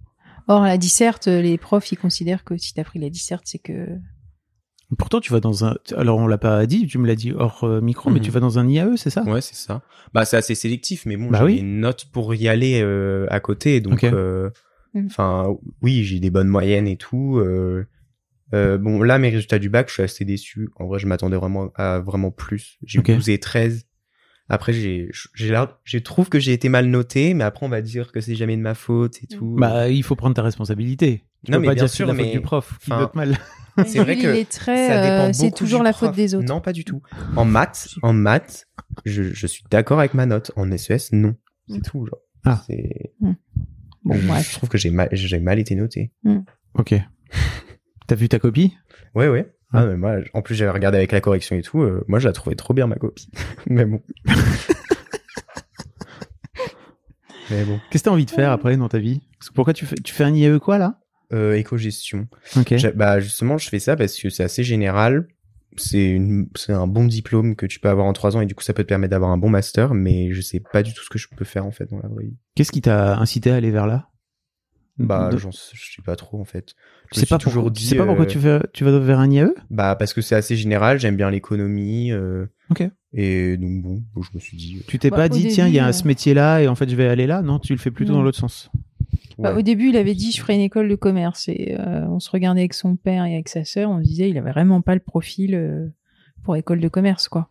or la disserte euh, les profs ils considèrent que si t'as pris la disserte c'est que
Pourtant, tu vas dans un. Alors, on l'a pas dit, tu me l'as dit hors euh, micro, mais
Mhm.
tu vas dans un IAE, c'est ça
Ah.
Ouais, c'est ça. Bah, c'est assez sélectif, mais bon,
Bah
j'ai
oui.
des notes pour y aller euh, à côté, donc,
Ok.
euh,
Mm.
enfin, oui, j'ai des bonnes moyennes et tout. euh, euh, bon, là, mes résultats du bac, je suis assez déçu. En vrai, je m'attendais vraiment à vraiment plus. J'ai eu
Ok.
12 et 13. Après, j'ai, j'ai l'air- je trouve que j'ai été mal noté, mais après, on va dire que c'est jamais de ma faute et tout.
Bah, il faut prendre ta responsabilité. Tu
Non,
peux
mais
pas
bien
dire sûr,
sûr,
la faute
mais-
du prof qui
enfin,
note mal.
c'est vrai
Jules,
que
il est très,
ça dépend
euh, c'est
beaucoup
toujours
du
la faute
prof.
des autres.
Non, pas du tout. En maths, en maths, je, je suis d'accord avec ma note. En SES, non. C'est tout. Genre.
Ah.
C'est-
Mm. Bon,
je,
bref.
trouve que j'ai mal, j'ai mal été noté.
Ok. T'as vu ta copie
Ouais, ouais. Ah, mais moi, en plus, j'avais regardé avec la correction et tout. euh, moi, je la trouvais trop bien, ma copie. mais bon. mais bon.
Qu'est-ce que t'as envie de faire après dans ta vie Parce que Pourquoi tu fais, tu fais un
E
IAE quoi là
Euh, éco-gestion.
Ok.
J'a- Bah justement, je fais ça parce que c'est assez général. C'est une, c'est un bon diplôme que tu peux avoir en trois ans et du coup ça peut te permettre d'avoir un bon master, mais je sais pas du tout ce que je peux faire en fait dans la vraie vie.
Qu'est-ce qui t'a incité à aller vers là
Bah
De-
j'en sais- je sais pas trop en fait.
tu
me
sais pas
suis toujours
pourquoi, tu
dit,
sais pas pourquoi
euh,
tu, vas, tu vas vers un E IAE
Bah parce que c'est assez général, j'aime bien l'économie. euh,
Ok.
Et donc bon, bon, je me suis dit. euh,
Tu t'es
Bah,
pas
au
dit tiens il y a
début,
ce métier là et en fait je vais aller là Non, tu le fais plutôt
Non.
dans l'autre sens.
Bah,
ouais.
au début, il avait dit je ferai une école de commerce et euh, on se regardait avec son père et avec sa sœur. On se disait il avait vraiment pas le profil euh, pour école de commerce quoi.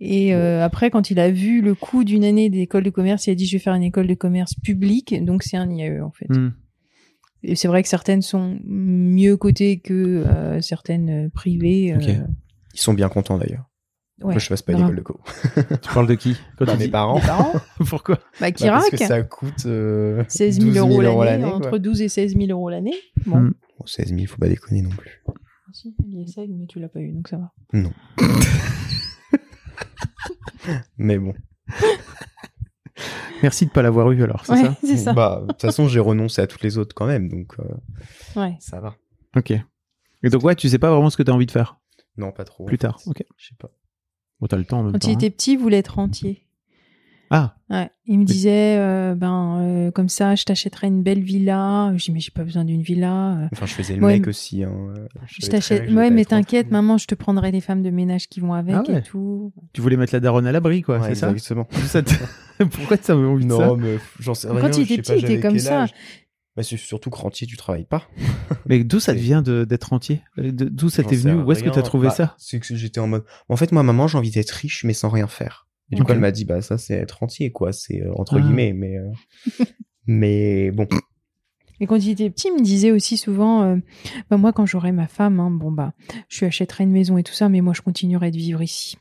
Et euh, après, quand il a vu le coût d'une année d'école de commerce, il a dit je vais faire une école de commerce publique, donc c'est un IAE en fait.
Hmm.
Et c'est vrai que certaines sont mieux cotées que euh, certaines privées. euh,
Ok.
Ils sont bien contents d'ailleurs.
ouais.
Que je fasse pas une
grave.
école de co.
Tu parles de qui Quand
Bah,
tu
mes
dis-
parents.
Pourquoi
hein. Bah,
Bah, parce
Kirak,
que ça coûte euh,
16 000 euros
12
l'année,
quoi.
entre 12 et 16 000 euros l'année. Bon,
Hmm.
Bon, 16 000, faut pas déconner non plus.
Si, l'ISEG, mais tu l'as pas eu, donc ça va.
Non. mais bon.
Merci de pas l'avoir eu alors, c'est
Ouais,
ça
c'est ça.
Bah, de toute façon, j'ai renoncé à toutes les autres quand même, donc euh,
Ouais.
ça va.
Ok. Et donc ouais, tu sais pas vraiment ce que t'as envie de faire
Non, pas trop.
plus tard. Ok.
Je sais pas.
Bon, t'as le temps en même
Quand
temps.
il
hein.
était petit, il voulait être rentier.
Ah,
Ouais. Il me disait, euh, ben, euh, comme ça, je t'achèterai une belle villa. Je dis, mais j'ai pas besoin d'une villa. Euh,
Enfin, je faisais le
Ouais,
mec
mais-
aussi. Hein. euh,
Je
savais très bien
t'achète.
que j'allais
Ouais,
pas
mais
être
t'inquiète,
rentable.
maman, je te prendrai des femmes de ménage qui vont avec
Ah ouais.
et tout.
tu voulais mettre la daronne à l'abri quoi,
Ouais,
c'est ça
exactement.
Ça te- Pourquoi t'as envie de ça
Non, mais f- j'en sais
Quand
rien.
il était
je sais pas,
petit, il
j'avais
était comme
quel
ça.
âge. Bah, c'est surtout que rentier, tu travailles pas.
Mais d'où ça te
C'est-
vient de- d'être entier D'où ça
J'en
t'est
sais
venu Où est-ce que
rien.
t'as trouvé
Bah,
ça
C'est que j'étais en mode. En fait, moi, maman, j'ai envie d'être riche, mais sans rien faire. Et du
Ok.
coup, elle m'a dit, bah, ça, c'est être entier, quoi. C'est euh, entre
Ah.
guillemets, mais. euh, mais bon.
Mais quand il était petit, il me disait aussi souvent, euh, bah, moi, quand j'aurai ma femme, hein, bon, bah, je lui achèterai une maison et tout ça, mais moi, je continuerai de vivre ici.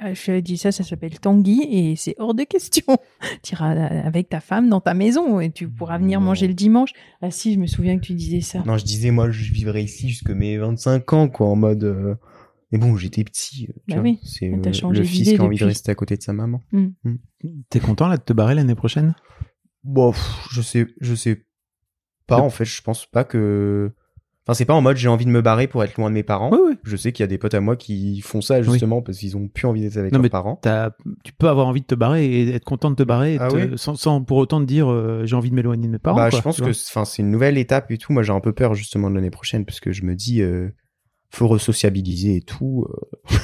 Ah, Je lui ai dit ça, ça s'appelle Tanguy et c'est hors de question. Tu iras avec ta femme dans ta maison et tu pourras venir
Non.
manger le dimanche. Ah si, je me souviens que tu disais ça.
Non, je disais, moi, je vivrais ici jusque mes 25 ans, quoi, en mode. euh, Mais bon, j'étais petit. euh,
Bah
tu vois.
oui,
c'est
mais t'as
euh,
changé
le fils
d'idée
qui a envie de
depuis.
rester à côté de sa maman.
T'es content là de te barrer l'année prochaine
Bon, pff, je sais, je sais pas.
Le-
En fait, je pense pas que. Enfin, c'est pas en mode j'ai envie de me barrer pour être loin de mes parents.
Oui, oui.
Je sais qu'il y a des potes à moi qui font ça justement parce qu'ils ont plus envie d'être avec
Non,
leurs
mais
parents.
T'as- Tu peux avoir envie de te barrer et être content de te barrer et
Ah
te-
oui
sans, sans pour autant te dire euh, j'ai envie de m'éloigner de mes parents.
bah,
quoi,
je pense
tu
que
vois.
c'est- enfin, c'est une nouvelle étape et tout. Moi, j'ai un peu peur justement de l'année prochaine parce que je me dis, euh, faut resociabiliser et tout. euh.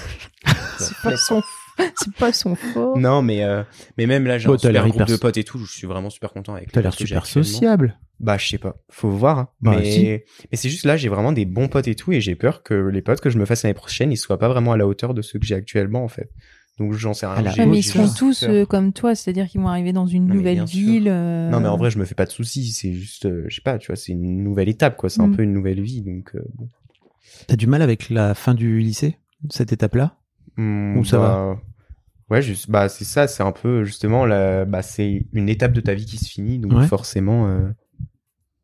C'est pas son, c'est pas son fort.
Non, mais, euh, mais même là, j'ai
Bon,
un
t'as l'air
super groupe
hyper-
de potes et tout. Je suis vraiment super content avec les
T'as l'air
potes que j'ai
super
actuellement.
sociable.
Bah, je sais pas. Faut voir. hein.
Bah,
mais
si.
mais c'est juste là, j'ai vraiment des bons potes et tout, et j'ai peur que les potes que je me fasse l'année prochaine, ils soient pas vraiment à la hauteur de ceux que j'ai actuellement, en fait. Donc, j'en sais
À
rien.
la
J'ai-
Ouais, Ah, mais ils
j'ai
seront
juste
tous
peur.
euh, comme toi, c'est-à-dire qu'ils vont arriver dans une
Non, mais
nouvelle
bien sûr.
ville. euh,
Non, mais en vrai, je me fais pas de soucis. C'est juste, euh, je sais pas, tu vois, c'est une nouvelle étape, quoi. C'est un
Mm.
peu une nouvelle vie, donc. euh, bon.
T'as du mal avec la fin du lycée, cette étape-là
Hmm,
Ou ça
bah, Ouais, juste, bah, c'est ça, c'est un peu, justement, la, bah, c'est une étape de ta vie qui se finit, donc
Ouais.
forcément, euh,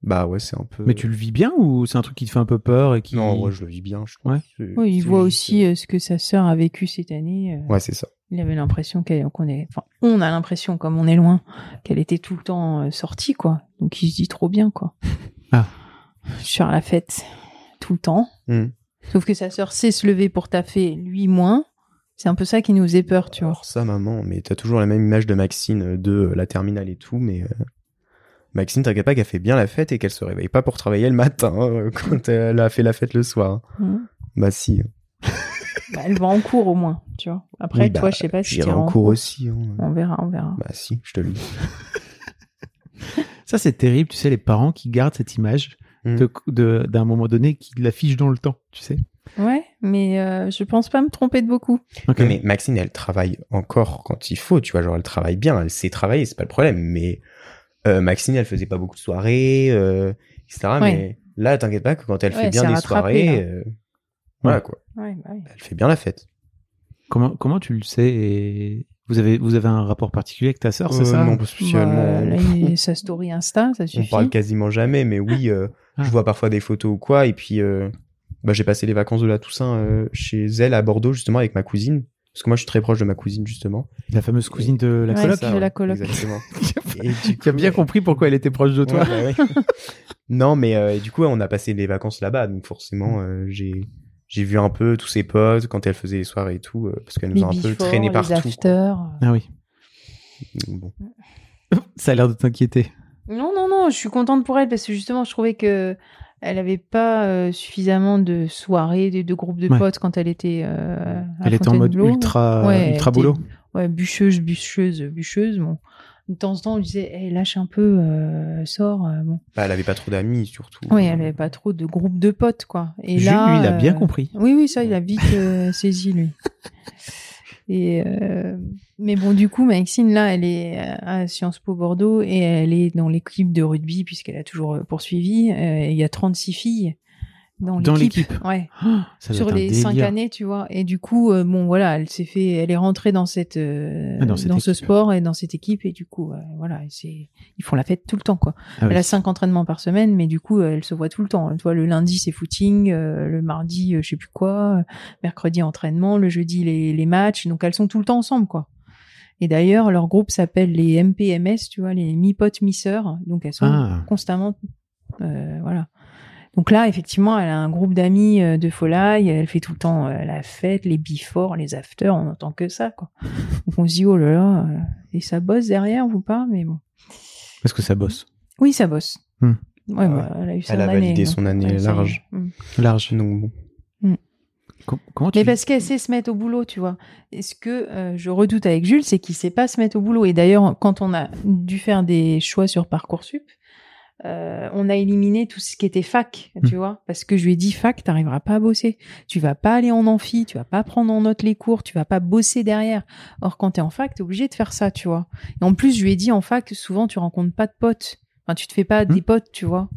bah, ouais, c'est un peu.
Mais tu le vis bien ou c'est un truc qui te fait un peu peur et qui.
Non, en vrai, je le vis bien, je trouve.
Ouais.
C'est-
Oui, il
c'est
voit
juste,
aussi
euh,
euh, ce que sa sœur a vécu cette année. euh,
Ouais, c'est ça.
Il avait l'impression qu'elle- qu'on est, enfin, on a l'impression, comme on est loin, qu'elle était tout le temps euh, sortie, quoi. Donc il se dit trop bien, quoi.
Ah.
Je suis à la fête tout le temps.
Hmm.
Sauf que sa sœur sait se lever pour taffer, lui moins. C'est un peu ça qui nous faisait peur, tu vois.
Alors ça, maman, mais t'as toujours la même image de Maxine euh, de euh, la terminale et tout, mais euh, Maxine, t'inquiète pas qu'elle fait bien la fête et qu'elle se réveille pas pour travailler le matin euh, quand elle a fait la fête le soir.
Mhm.
Bah si,
Bah, elle va en cours au moins, tu vois. Après,
Oui, bah,
toi, je sais pas si
j'irai
t'iras
en cours aussi. hein.
On verra, on verra.
Bah si, je te le dis.
Ça, c'est terrible, tu sais, les parents qui gardent cette image
Mm.
de- de- d'un moment donné, qui l'affichent dans le temps, tu sais.
Ouais. mais euh, je pense pas me tromper de beaucoup.
Ok.
Non, mais Maxine, elle travaille encore quand il faut, tu vois, genre elle travaille bien, elle sait travailler, c'est pas le problème. Mais euh, Maxine, elle faisait pas beaucoup de soirées, euh, etc.
Ouais.
Mais là, t'inquiète pas que quand elle
Ouais,
fait bien
c'est
des
rattrapé,
soirées,
là.
euh, voilà quoi,
Ouais, bah oui.
elle fait bien la fête.
Comment, comment tu le sais et vous, avez, vous avez un rapport particulier avec ta sœur, c'est
Euh,
ça
Non, pas spécialement.
Bah, là, il- sa story Insta, ça
on
suffit.
parle quasiment jamais, mais oui, euh,
Ah.
je vois parfois des photos ou quoi. Et puis, euh, bah, j'ai passé les vacances de la Toussaint euh, chez elle à Bordeaux, justement, avec ma cousine. Parce que moi, je suis très proche de ma cousine, justement.
La fameuse cousine de la
Ouais,
coloc
de la coloc.
Exactement.
qui
Et du
a
coup,
bien compris pourquoi elle était proche de toi.
Ouais, bah ouais. non, mais euh, du coup, ouais, on a passé les vacances là-bas, donc
Mm.
forcément, euh, j'ai j'ai vu un peu tous ses potes quand elle faisait les soirées et tout, euh, parce qu'elle nous
Les
a un peu
before,
traîné
les
partout.
after.
Ah oui,
quoi. Donc, bon.
ça a l'air de t'inquiéter.
Non, non, non, je suis contente pour elle parce que justement, je trouvais que elle avait pas euh, suffisamment de soirées, de, de groupes de
Ouais.
potes quand elle était. euh, à
Elle était en mode
Fontainebleau.
ultra, euh,
Ouais, elle
ultra
était-
boulot.
Ouais, bûcheuse, bûcheuse, bûcheuse. Bon, de temps en temps, on lui disait, Hey, lâche un peu, euh, sors. euh, bon.
Bah, elle avait pas trop d'amis, surtout.
Ouais, elle avait pas trop de groupes de potes, quoi. Et
Jules,
là,
lui, il a bien
euh,
compris.
Oui, oui, ça, il a vite euh, saisi, lui. Et euh, mais bon, du coup, Maxine, là, elle est euh, à Sciences Po Bordeaux et elle est dans l'équipe de rugby, puisqu'elle a toujours euh, poursuivi. Euh, il y a 36 filles dans l'équipe.
Dans l'équipe.
Ouais,
Ah, ça doit
euh, sur
être un
les 5
délire.
années, tu vois. Et du coup, euh, bon, voilà, elle s'est fait, elle est rentrée dans cette, euh,
Ah, dans
dans,
cette
ce
équipe.
sport et dans cette équipe. Et du coup, euh, voilà, c'est, ils font la fête tout le temps, quoi.
Ah oui.
Elle a cinq entraînements par semaine, mais du coup, euh, elle se voit tout le temps. Tu vois, le lundi, c'est footing, euh, le mardi, euh, je sais plus quoi, euh, mercredi, entraînement, le jeudi, les, les matchs. Donc, elles sont tout le temps ensemble, quoi. Et d'ailleurs, leur groupe s'appelle les MPMS, tu vois, les mi-potes, mi-sœurs. Donc, elles sont
Ah.
constamment, euh, voilà. Donc là, effectivement, elle a un groupe d'amis euh, de Folaille, elle fait tout le temps euh, la fête, les before, les after, on n'entend que ça, quoi. Donc on se dit, oh là là, euh, et ça bosse derrière ou pas, mais bon.
Parce que ça bosse.
Oui, ça bosse.
Hmm.
Ouais,
Ah
bah, elle a eu son
Elle a
année,
validé
donc.
son année
Ouais, ça y est.
large.
Hmm.
Large.
Donc, bon.
Com- comment tu
Mais parce qu'elle sait se mettre au boulot, tu vois. Et ce que euh, je redoute avec Jules, c'est qu'il sait pas se mettre au boulot. Et d'ailleurs, quand on a dû faire des choix sur Parcoursup, euh, on a éliminé tout ce qui était fac,
Hmm.
tu vois, parce que je lui ai dit fac, t'arriveras pas à bosser, tu vas pas aller en amphi, tu vas pas prendre en note les cours, tu vas pas bosser derrière. Or quand t'es en fac, t'es obligé de faire ça, tu vois. Et en plus, je lui ai dit en fac, souvent tu rencontres pas de potes, enfin tu te fais pas
Mmh.
des potes, tu vois.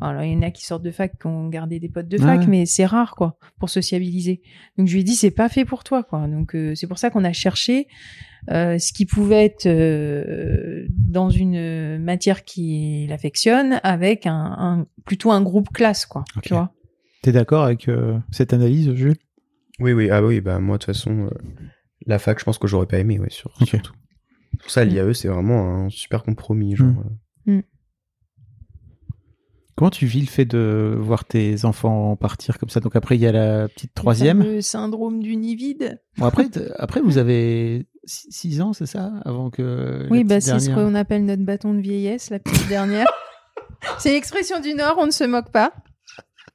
Alors il y en a qui sortent de fac, qui ont gardé des potes de fac,
Ouais.
mais c'est rare quoi pour sociabiliser. Donc je lui ai dit c'est pas fait pour toi quoi. Donc euh, c'est pour ça qu'on a cherché euh, ce qui pouvait être euh, dans une matière qui l'affectionne avec un, un- plutôt un groupe classe quoi.
Ok.
Tu vois.
es d'accord avec euh, cette analyse, Jules
Oui, oui, ah oui, bah moi, de toute façon, euh, la fac, je pense que j'aurais pas aimé, ouais, sur,
Ok.
surtout. Pour ça, l'IAE, c'est vraiment un super compromis, genre.
Mm.
euh,
Comment tu vis le fait de voir tes enfants partir comme ça Donc après, il y a la petite troisième.
Le syndrome du nid vide.
Bon, après, t- après, vous avez six six ans, c'est ça Avant que. la
oui bah
petite
c'est ce
dernière-
qu'on appelle notre bâton de vieillesse la petite dernière. c'est l'expression du Nord, on ne se moque pas.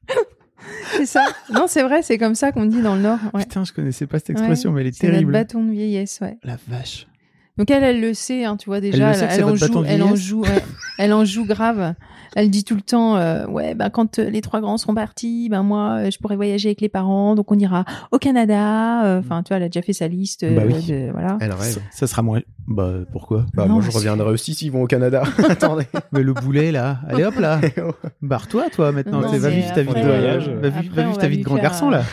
c'est ça. Non c'est vrai c'est comme ça qu'on dit dans le Nord. Ouais.
Putain, je connaissais pas cette expression, mais elle est
C'est notre
terrible.
bâton de vieillesse ouais.
La vache.
Donc elle, elle le sait, hein, tu vois déjà,
le sait
elle,
que c'est
en
votre bâton
joue,
de
elle en
vieillesse
joue, ouais. elle en joue grave. Elle dit tout le temps, euh, ouais, ben quand euh, les trois grands seront partis, ben moi, euh, je pourrai voyager avec les parents, donc on ira au Canada. euh, Enfin, tu vois, elle a déjà fait sa liste, euh,
Mm. Bah oui.
de- voilà.
Elle
Ça,
rêve.
ça sera moins. Bah pourquoi
Bah,
Non,
moi, je
parce que-
reviendrai aussi s'ils vont au Canada. Attendez.
Mais le boulet là, allez hop là, barre-toi toi maintenant.
Non,
t'sais, va
mais
vivre ta vie de
après,
voyage,
euh,
va vi- va
après, on
vivre ta
va
vie
lui
de grand
faire
garçon
un-
là.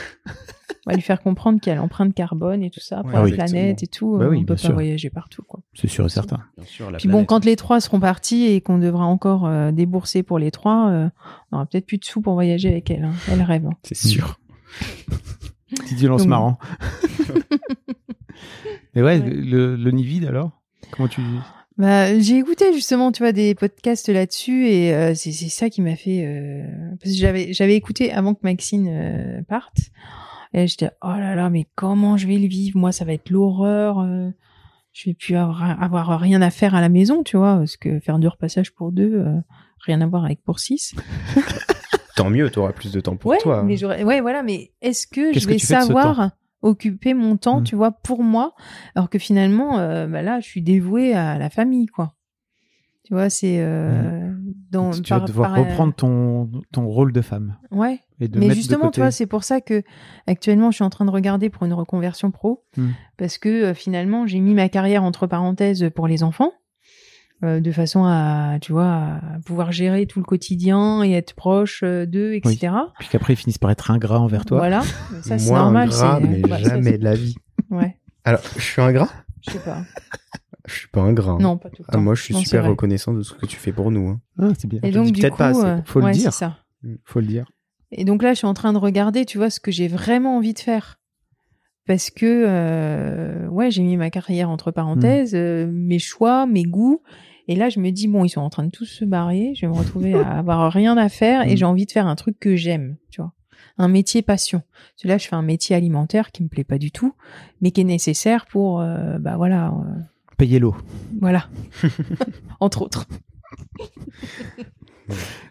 On va lui faire comprendre qu'il y a l'empreinte carbone et tout ça pour
Ouais,
la
oui,
planète et tout.
Bah
euh,
oui,
on
bien
peut
sûr.
pas voyager partout, quoi.
C'est sûr et certain.
Bien sûr, la
Puis bon, quand les trois seront partis et qu'on devra encore euh, débourser pour les trois, euh, on aura peut-être plus de sous pour voyager avec elle. hein. Elle rêve. hein.
C'est
sûr. Petite violence
Donc-
marrant. Mais ouais,
Ouais.
le, le nid vide alors Comment tu.
Bah, j'ai écouté justement, tu vois, des podcasts là-dessus et euh, c'est c'est ça qui m'a fait euh, parce que j'avais j'avais écouté avant que Maxine euh, parte et j'étais oh là là mais comment je vais le vivre moi ça va être l'horreur euh, je vais plus avoir, avoir rien à faire à la maison tu vois parce que faire du repassage pour deux euh, rien à voir avec pour six
Tant mieux, t'auras plus de temps pour
ouais
toi. hein.
mais j'aurais- ouais voilà mais est-ce que
Qu'est-ce
je
que
vais
tu fais de ce
savoir occuper mon temps
Mm.
tu vois pour moi alors que finalement euh, bah là je suis dévouée à la famille quoi tu vois c'est euh, dans,
Mmh.
euh,
tu vas devoir reprendre ton, ton rôle de femme.
Ouais.
Et de
Mais
mettre de
justement, tu
côté.
vois, c'est pour ça que actuellement, je suis en train de regarder pour une reconversion pro,
Hmm.
parce que euh, finalement, j'ai mis ma carrière entre parenthèses pour les enfants, euh, de façon à, tu vois, à pouvoir gérer tout le quotidien et être proche euh, d'eux, etc.
Puis qu'après, ils finissent par être ingrats envers toi.
Voilà, ça c'est
Moi,
normal.
ingrat,
c'est-
mais
bah, ça,
jamais de la vie.
c'est- Ouais,
Alors, je suis ingrat
je sais pas.
Je suis pas ingrat. hein.
Non, pas tout le
Ah,
temps.
moi, je suis
Non, c'est
super
vrai.
reconnaissant de ce que tu fais pour nous. hein.
Ah, c'est bien.
Et
le
donc,
dis
du
peut-être
coup,
pas assez.
euh,
Faut le
ouais,
dire.
c'est ça.
Mm, Faut le dire.
Et donc là, je suis en train de regarder, tu vois, ce que j'ai vraiment envie de faire. Parce que, euh, ouais, j'ai mis ma carrière entre
Hmm.
parenthèses, euh, mes choix, mes goûts. Et là, je me dis, bon, ils sont en train de tous se barrer, je vais me retrouver à avoir rien à faire et
Hmm.
Mm.
j'ai envie de faire un truc que j'aime, tu vois. Un métier passion. Parce que là, je fais un métier alimentaire qui me plaît pas du tout, mais qui est nécessaire pour, euh, bah voilà, euh,
Payer l'eau.
voilà. Entre autres.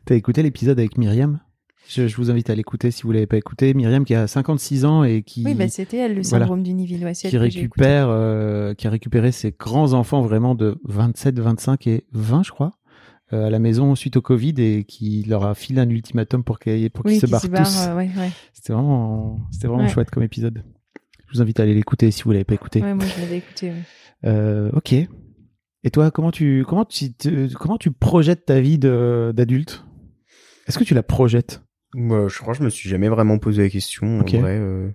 T'as écouté l'épisode avec Myriam je, je vous invite à l'écouter si vous l'avez pas écouté. Myriam qui a 56 ans et qui,
Oui, bah, c'était elle, le
Voilà.
syndrome du nid vide. Ouais, c'est
qui
elle que j'ai écoutée.
récupère, euh, qui a récupéré ses grands enfants vraiment de 27, 25 et 20, je crois, euh, à la maison suite au Covid et qui leur a filé un ultimatum pour qu'ils pour qu'ils
Oui,
se
qui
barrent
se barre,
tous.
euh, ouais, ouais.
C'était vraiment, c'était vraiment
Ouais.
chouette comme épisode. Je vous invite à aller l'écouter si vous l'avez pas écouté.
Ouais, moi, je l'avais écouté. ouais.
Euh, ok. Et toi, comment tu, comment tu, te- comment tu projettes ta vie de- d'adulte Est-ce que tu la projettes
Moi, je crois que je me suis jamais vraiment posé la question.
Ok.
En vrai, euh.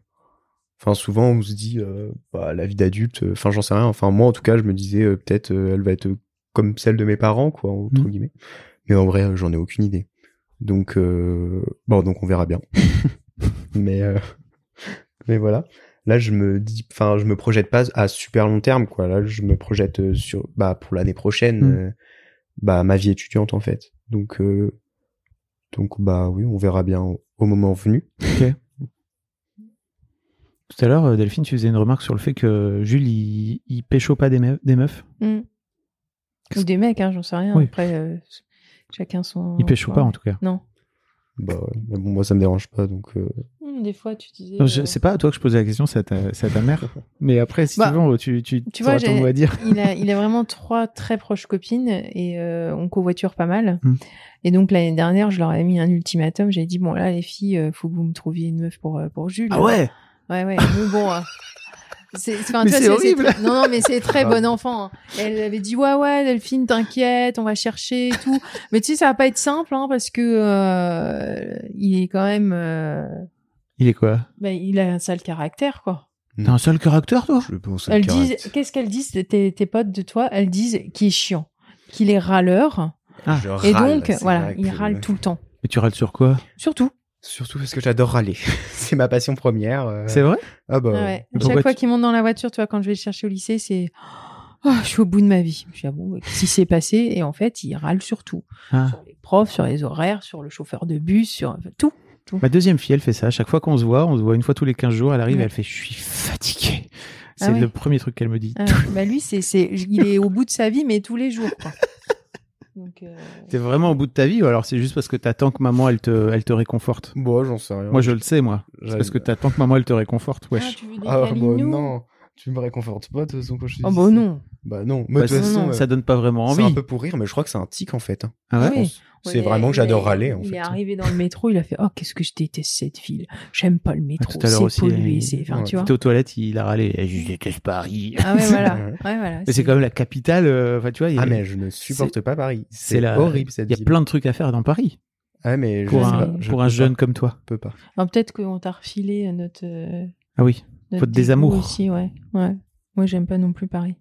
Enfin, souvent, on se dit, euh, bah, la vie d'adulte, euh, enfin, j'en sais rien. Enfin, moi, en tout cas, je me disais, euh, peut-être, euh, elle va être euh, comme celle de mes parents, quoi, entre
Mhm.
guillemets. Mais en vrai, euh, j'en ai aucune idée. Donc, euh, bon, donc on verra bien. mais, euh, mais voilà. Là, je me dis, enfin, je me projette pas à super long terme, quoi. Là, je me projette euh, sur, bah, pour l'année prochaine,
Mhm.
euh, bah, ma vie étudiante, en fait. Donc, euh, donc bah oui, on verra bien au au moment venu.
Tout à l'heure, euh, Delphine, tu faisais une remarque sur le fait que Jules, il, il pécho pas des, me- des meufs.
Mm. Ou des mecs, hein, j'en sais rien.
Oui.
Après, euh, ch- chacun son.
Il pécho
Ouais.
pas, en tout cas.
Non.
Bah ouais, mais bon, moi ça me dérange pas donc euh,
Mm, Des fois, tu disais.
Non, je-
euh,
C'est pas à toi que je posais la question, c'est à ta, c'est à ta mère. Mais après, si
Bah,
tu veux, tu, tu,
tu vois,
t'auras ton
j'ai-
mot à dire.
il, a, il a vraiment trois très proches copines et euh, on covoiture pas mal.
Mm.
Et donc, l'année dernière, je leur ai mis un ultimatum. J'ai dit, bon, là, les filles, euh, faut que vous me trouviez une meuf pour, euh, pour Jules.
Ah
Ouais, ouais. Mais bon. euh, C'est, c'est- enfin,
Mais
tu vois,
c'est horrible.
très- non, non, mais c'est très
Ah.
bon enfant. hein. Elle avait dit ouais, ouais, Delphine, t'inquiète, on va chercher et tout. Mais tu sais, ça va pas être simple hein, parce que euh, il est quand même, euh,
Il est quoi
bah, il a un sale caractère quoi.
T'as un seul caractère, toi
je pense
Elles disent, qu'est-ce qu'elles disent tes, tes potes de toi Elles disent qu'il est chiant, qu'il est râleur
Ah,
et donc voilà, il râle tout le temps.
Mais tu râles sur quoi
Surtout.
Surtout parce que j'adore râler. c'est ma passion première. euh.
C'est vrai
Ah bah
Ah ouais.
Pourquoi
Chaque fois
tu-
qu'il monte dans la voiture, tu vois, quand je vais le chercher au lycée, c'est Oh, je suis au bout de ma vie. Je dis, ah bon, qu'est-ce qui s'est passé Et en fait, il râle sur tout.
Ah.
Sur les profs, sur les horaires, sur le chauffeur de bus, sur enfin, tout.
Ma deuxième fille, elle fait ça. À chaque fois qu'on se voit, on se voit une fois tous les 15 jours, elle arrive
Ouais.
et elle fait Je suis fatiguée. C'est
Ah ouais.
le premier truc qu'elle me dit.
Ah, bah lui, c'est, c'est, il est au bout de sa vie, mais tous les jours. quoi. Donc, euh,
T'es vraiment au bout de ta vie ou alors c'est juste parce que t'attends que maman, elle te, elle te réconforte
Bon, bah, j'en sais rien.
Moi, je le sais, moi. C'est
J'aime.
parce que t'attends que maman, elle te réconforte.
ah,
Wesh.
tu veux des
Ah bah
câlinous
non, tu me réconfortes pas de toute façon quand je te
Oh
dis
bah
ça.
non.
Bah non,
Bah,
mais de toute
c'est-
façon euh,
ça donne pas vraiment
c'est
envie.
un peu pour rire mais je crois que c'est un tic en fait. hein.
Ah ouais
Oui.
C'est
Ouais,
vraiment que
il a-
j'adore râler en
Il
fait.
est arrivé dans le métro, il a fait Oh, qu'est-ce que je déteste cette ville. J'aime pas le
Ah,
métro.
Tout à
c'est
l'heure aussi,
pollué.
il-
C'est... Enfin,
Ouais.
tu
il
vois.
était aux toilettes, il a râlé. Eh, Je déteste Paris.
Ah ouais, voilà.
Ouais.
Ouais, voilà.
Mais c'est quand même la capitale. euh, Enfin, tu vois, il y a,
Ah mais je ne supporte pas Paris.
c'est
C'est
la-
horrible cette
il y a
ville.
plein de trucs à faire dans Paris
Ah mais je
pour
sais
Ouais,
un,
pas, je
pour
peux
un
pas,
jeune comme toi.
je peux pas.
Ah, peut-être qu'on t'a refilé euh, notre, euh,
Ah oui,
notre
Votre
dégoût
désamour.
aussi, ouais. ouais. Moi, j'aime pas non plus Paris.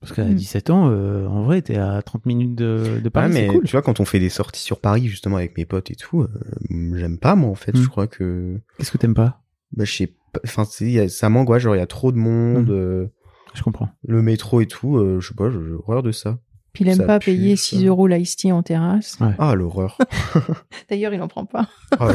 parce qu'à
Mm.
17 ans, euh, en vrai, t'es à 30 minutes de, de Paris,
Ouais, mais
c'est cool.
tu vois, quand on fait des sorties sur Paris, justement, avec mes potes et tout, euh, j'aime pas, moi, en fait.
Mm.
Je crois que,
Qu'est-ce que t'aimes pas
bah, je sais pas, enfin, c'est- il y a- ça m'angoisse, genre, il y a trop de monde,
Mm.
euh,
Je comprends.
le métro et tout, euh, je sais pas, j'ai j'ai horreur de ça.
Puis il aime
Ça
pas
pue,
payer
ça.
6 euros l'ice tea en terrasse.
Ah, l'horreur.
D'ailleurs, il en prend pas.
Ah ouais.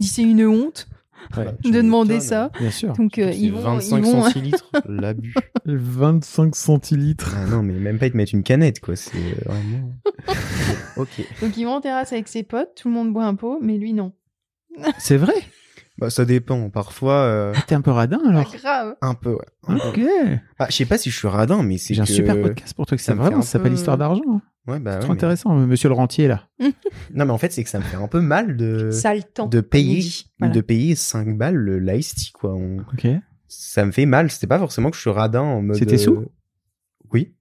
Il dit c'est une honte
Ouais,
Tu
de demander
m'étonnes.
ça.
bien sûr.
Donc, euh,
C'est
ils vont.
25
ils vont...
hein.
centilitres, l'abus.
25 centilitres.
Ah non, mais même pas, ils te mettent une canette, quoi. C'est euh, vraiment. ok.
Donc, il va en terrasse avec ses potes, tout le monde boit un pot, mais lui, non.
C'est vrai
Bah, ça dépend. Parfois, euh,
Ah, T'es un peu radin
Pas
alors
grave.
un peu, ouais.
Ok.
Ah, je sais pas si je suis radin, mais c'est
J'ai un
que-
super podcast pour toi. que C'est
ça me fait
vraiment,
un
ça s'appelle
peu-
Histoire d'argent. hein.
Ouais, bah,
C'est
ouais,
trop
mais-
intéressant, euh, monsieur le rentier, là.
Non, mais en fait, c'est que ça me fait un peu mal de,
Ça a le temps.
Euh, de
on
payer,
dit. Voilà.
de payer 5 balles le l'iced tea, quoi. On-
Ok.
Ça me fait mal. C'était pas forcément que je suis radin en mode.
C'était
euh,
sous
Oui.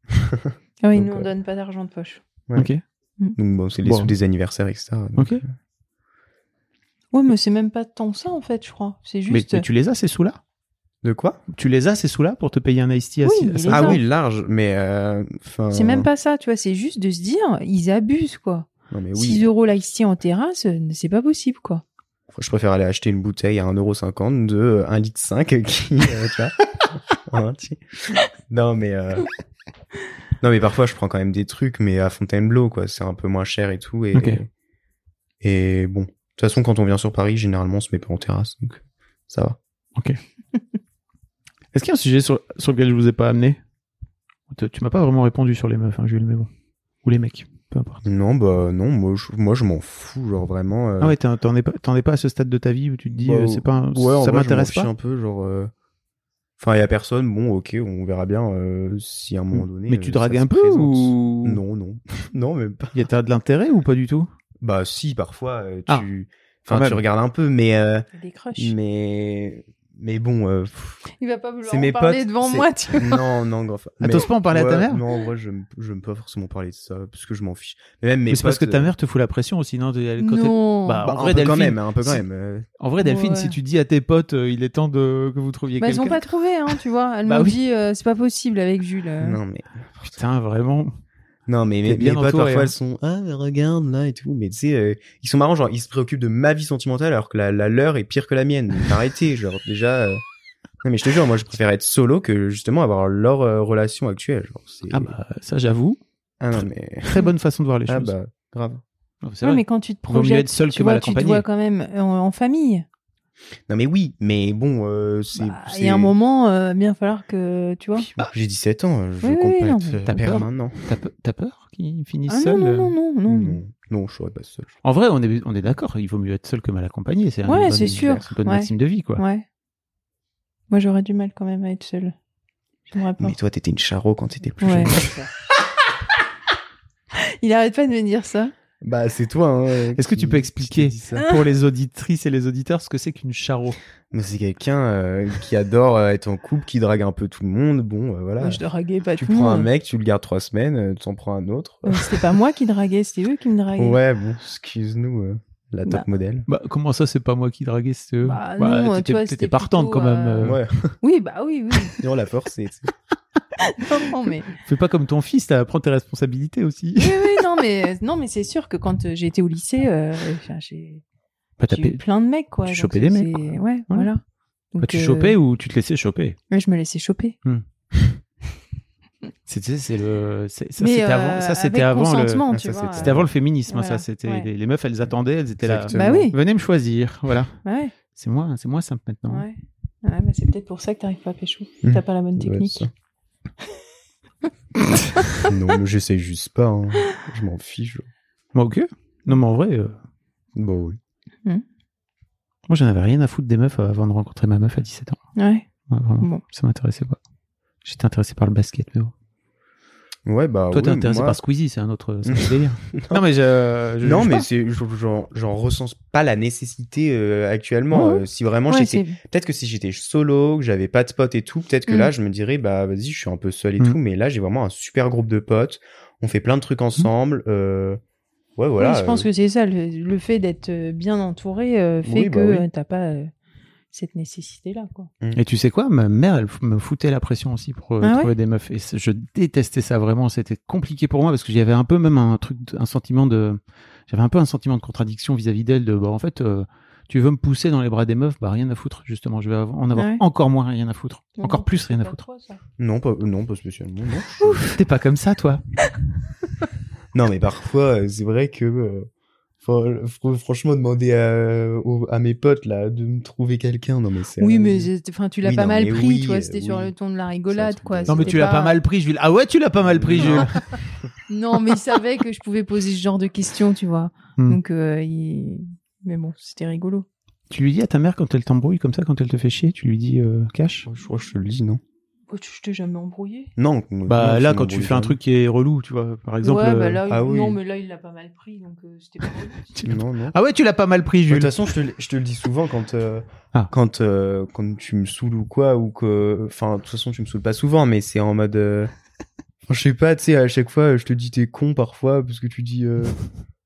Ah oui,
Donc,
nous, on
euh,
donne pas d'argent de poche.
Ouais.
Ok.
Donc bon, c'est les
Bon.
sous des anniversaires, etc. Donc, euh,
Ok.
Ouais, mais c'est même pas tant ça, en fait, je crois. C'est
Mais,
juste.
mais tu les as, ces sous-là
De quoi
Tu les as, ces sous-là, pour te payer un iced tea à
Oui,
six- à
il est
cinq-
C'est
Ah
ça.
oui, large, mais. euh, enfin,
C'est même pas ça, tu vois. C'est juste de se dire, ils abusent, quoi.
Non, mais
6
oui.
euros l'ice en terrasse, euh, c'est pas possible, quoi.
Je préfère aller acheter une bouteille à 1,50€ de euh, 1,5 litre qui. euh, tu vois Hein, tu- non, mais. euh, Non, mais parfois, je prends quand même des trucs, mais à Fontainebleau, quoi. C'est un peu moins cher et tout. Et,
Ok.
et bon. De toute façon, quand on vient sur Paris, généralement, on se met pas en terrasse. Donc, ça va.
Est-ce qu'il y a un sujet sur, sur lequel je vous ai pas amené Tu, tu m'as pas vraiment répondu sur les meufs, hein, Jules, mais bon. Ou les mecs, peu importe.
Non, bah, non, moi, je, moi, je m'en fous, genre vraiment. euh,
Ah ouais, t'en t'en es, pas- t'en es pas à ce stade de ta vie où tu te dis,
Bah,
euh, c'est pas un-
Ouais,
ça
en vrai, je m'en
m'intéresse
fiche
pas
un peu, genre. euh, Enfin, il y a personne, bon, ok, on verra bien euh, si à un moment donné.
Mm. Mais tu
euh, ça
dragues
se
un peu
présente.
ou
Non, non. non, mais pas.
Y a t'as de l'intérêt ou pas du tout
Bah, si, parfois, euh,
Ah,
tu.
quand
Enfin,
même. Ah,
tu regardes un peu, mais. euh,
Des crushs.
mais. Mais bon. euh, pff,
Il va pas vouloir
c'est mes
en parler
potes,
devant
c'est-
moi, tu vois.
non, non, grave.
Ah,
Mais-
t'oses pas en parler à ta
ouais,
mère
Non, en vrai, j'aime j'aime pas forcément parler de ça, parce que je m'en fiche. Mais même mes
Mais c'est parce que
potes,
ta
euh,
mère te fout la pression aussi, non de- quand elle-
Non.
Bah,
bah,
en
un
vrai,
peu quand
Delphine,
même, un peu quand
si-
même. euh,
En vrai, Delphine,
Ouais.
si tu dis à tes potes, euh, il est temps de... que vous trouviez
Bah, elles
quelqu'un.
ont pas trouvé, hein, tu vois. Elles
Bah
m'ont
oui.
dit, euh, c'est pas possible avec Jules. euh.
Non, mais.
Putain, vraiment.
Non, mais
T'es
mes,
bien
mes potes,
entouré,
parfois,
hein.
elles sont Ah, mais regarde là et tout. Mais tu sais, euh, ils sont marrants, genre, ils se préoccupent de ma vie sentimentale alors que la, la leur est pire que la mienne. Mais Arrêtez, genre, déjà. euh, Non, mais je te jure, moi, je préfère être solo que justement avoir leur euh, relation actuelle. Genre, c'est...
Ah bah, ça j'avoue.
Ah non, mais.
Très bonne façon de voir les
Ah
choses.
bah, grave.
Non, c'est
Ouais,
vrai.
mais quand tu te
Vaut mieux
projettes,
être seul
tu
que mal
vois, tu te
accompagné.
vois quand même en, en famille.
Non, mais oui, mais bon, euh, c'est.
Bah, Il
c'est... bah,
y a un moment, euh, bien falloir que, tu vois.
J'ai 17 ans, hein, je
Oui,
compte
oui,
pas
non,
être
mais-
euh,
T'as
père
peur
maintenant.
T'as pe- t'as peur qu'ils finissent
Ah non,
seuls
non,
euh
non, non, non, non.
Non, non, je serais pas seul.
En vrai, on est, on est d'accord, il vaut mieux être seul que mal accompagné. C'est un
Ouais,
bon-
c'est sûr,
C'est une bonne
ouais.
maxime de vie, quoi.
Ouais. Moi, j'aurais du mal quand même à être seule. J'aimerais pas.
Mais toi, t'étais une charo quand t'étais plus
Ouais.
jeune.
Il arrête pas de me dire ça.
Bah, c'est toi. Hein,
Est-ce que tu peux expliquer pour les auditrices et les auditeurs ce que c'est qu'une charo
Mais c'est quelqu'un euh, qui adore euh, être en couple, qui drague un peu tout le monde. Bon, euh,
Bah,
voilà.
Moi, je draguais pas
tu
tout le
prends un
monde.
mec, tu le gardes trois semaines, euh, tu en prends un autre.
Euh, C'était pas moi qui draguais, c'était eux qui me draguaient.
ouais, bon, excuse-nous, euh, la top
Bah.
modèle.
Bah, comment ça, c'est pas moi qui draguais, c'est eux
Bah, non,
t'étais-
tu vois,
T'étais
c'était
partante
plutôt,
quand même.
euh,
euh.
Ouais,
Oui, bah oui, oui.
et on l'a forcé. tu sais.
non, mais...
Fais pas comme ton fils, t'as- prends tes responsabilités aussi.
Oui, oui, non, mais, euh, non, mais c'est sûr que quand euh, j'étais au lycée, euh, enfin, j'ai
Bah, t'as
j'ai eu
payé-
plein de mecs, quoi.
tu
genre,
chopais des
c'est-
mecs, quoi.
Ouais, voilà.
bah, tu
euh,
chopais ou tu te laissais choper
ouais, je me laissais choper.
C'était c'est le c'est- ça
Mais,
c'était
euh,
avant ça c'était
avec
avant le
consentement,
ah,
tu
ça,
vois.
c'était avant le féminisme hein,
Voilà,
ça c'était
ouais.
les, les meufs elles attendaient elles étaient là
Exactement.
Bah oui,
venez me choisir voilà
euh, ouais,
c'est moins c'est moins simple maintenant
ouais. Ouais, bah, c'est peut-être pour ça que t'arrives pas à pécho.
Mmh.
T'as pas la bonne
Ça doit être
technique.
ça. non, mais j'essaye juste pas. hein. Je m'en fiche. genre.
Bah, ok non mais en vrai euh,
Bah oui.
moi j'en avais rien à foutre des meufs euh, avant de rencontrer ma meuf à 17 ans
ouais.
Ouais, vraiment
Bon.
ça m'intéressait pas j'étais intéressé par le basket mais bon.
Ouais, bah.
toi
oui,
t'es intéressé
moi-
par Squeezie c'est un autre c'est un autre délire non mais je, je-
Non,
je-
mais c'est, je- j'en, j'en ressens pas la nécessité euh, actuellement.
Ouais,
Euh, si vraiment
Ouais,
j'étais
c'est-
Peut-être que si j'étais solo, que j'avais pas de potes et tout, peut-être que
Mm.
là, je me dirais, bah, vas-y, je suis un peu seul et
Mm.
tout, mais là, j'ai vraiment un super groupe de potes. On fait plein de trucs ensemble. euh, Ouais, voilà.
Oui, Mm. je pense
euh,
que c'est ça, le, le fait d'être euh, bien entouré euh, fait
Oui,
que
bah oui.
euh, t'as pas euh, cette nécessité-là. quoi.
Et tu sais quoi, ma mère, elle f- me foutait la pression aussi pour euh,
Ah ouais
trouver des meufs. Et c- je détestais ça vraiment. C'était compliqué pour moi parce que j'avais un peu même un truc, de- un sentiment de, j'avais un peu un sentiment de contradiction vis-à-vis d'elle. De, bah, en fait, euh, tu veux me pousser dans les bras des meufs, bah rien à foutre justement. Je vais av- en avoir
Ouais. Bah,
encore moins rien à foutre,
Non,
encore
non,
plus rien à
Pas
foutre.
toi, ça.
Non, pas, non, pas spécialement. Non,
T'es pas comme ça, toi.
Non, mais parfois, euh, c'est vrai que. euh, fr- fr- franchement, demander à, au- à mes potes là, de me trouver quelqu'un, non, mais c'est.
Oui,
euh,
mais c'est- enfin, tu l'as
Oui,
pas
non,
mal
mais
pris,
oui,
tu
euh,
vois, c'était sur
oui.
le ton de la
C'est un
rigolade,
truc
quoi.
de-
Non, mais
c'était
tu l'as pas mal pris, Jules. Ah ouais, tu l'as pas mal pris,
Non.
Jules.
Non, mais il savait que je pouvais poser ce genre de questions, tu vois.
Hmm.
Donc, euh, il- mais bon, c'était rigolo.
tu lui dis à ta mère quand elle t'embrouille comme ça, quand elle te fait chier, tu lui dis euh, cash.
Je crois que je te le dis, non
Oh, tu- Je t'ai jamais embrouillé.
Non.
Bah
non,
là,
sinon,
quand
on
tu
brûle
fais un
jamais.
truc qui est relou, tu vois, par exemple.
ouais, bah
euh,
là,
ah
il-
oui.
Non, mais là, il l'a pas mal pris, donc euh, c'était pas relou.
Non, non. Bah,
Ah ouais, tu l'as pas mal pris,
De toute
Jules.
façon, je te, le- je te le dis souvent quand euh,
Ah.
quand euh, quand tu me saoules ou quoi ou que enfin de toute façon tu me saoules pas souvent mais c'est en mode euh, je sais pas tu sais à chaque fois je te dis t'es con parfois parce que tu dis euh,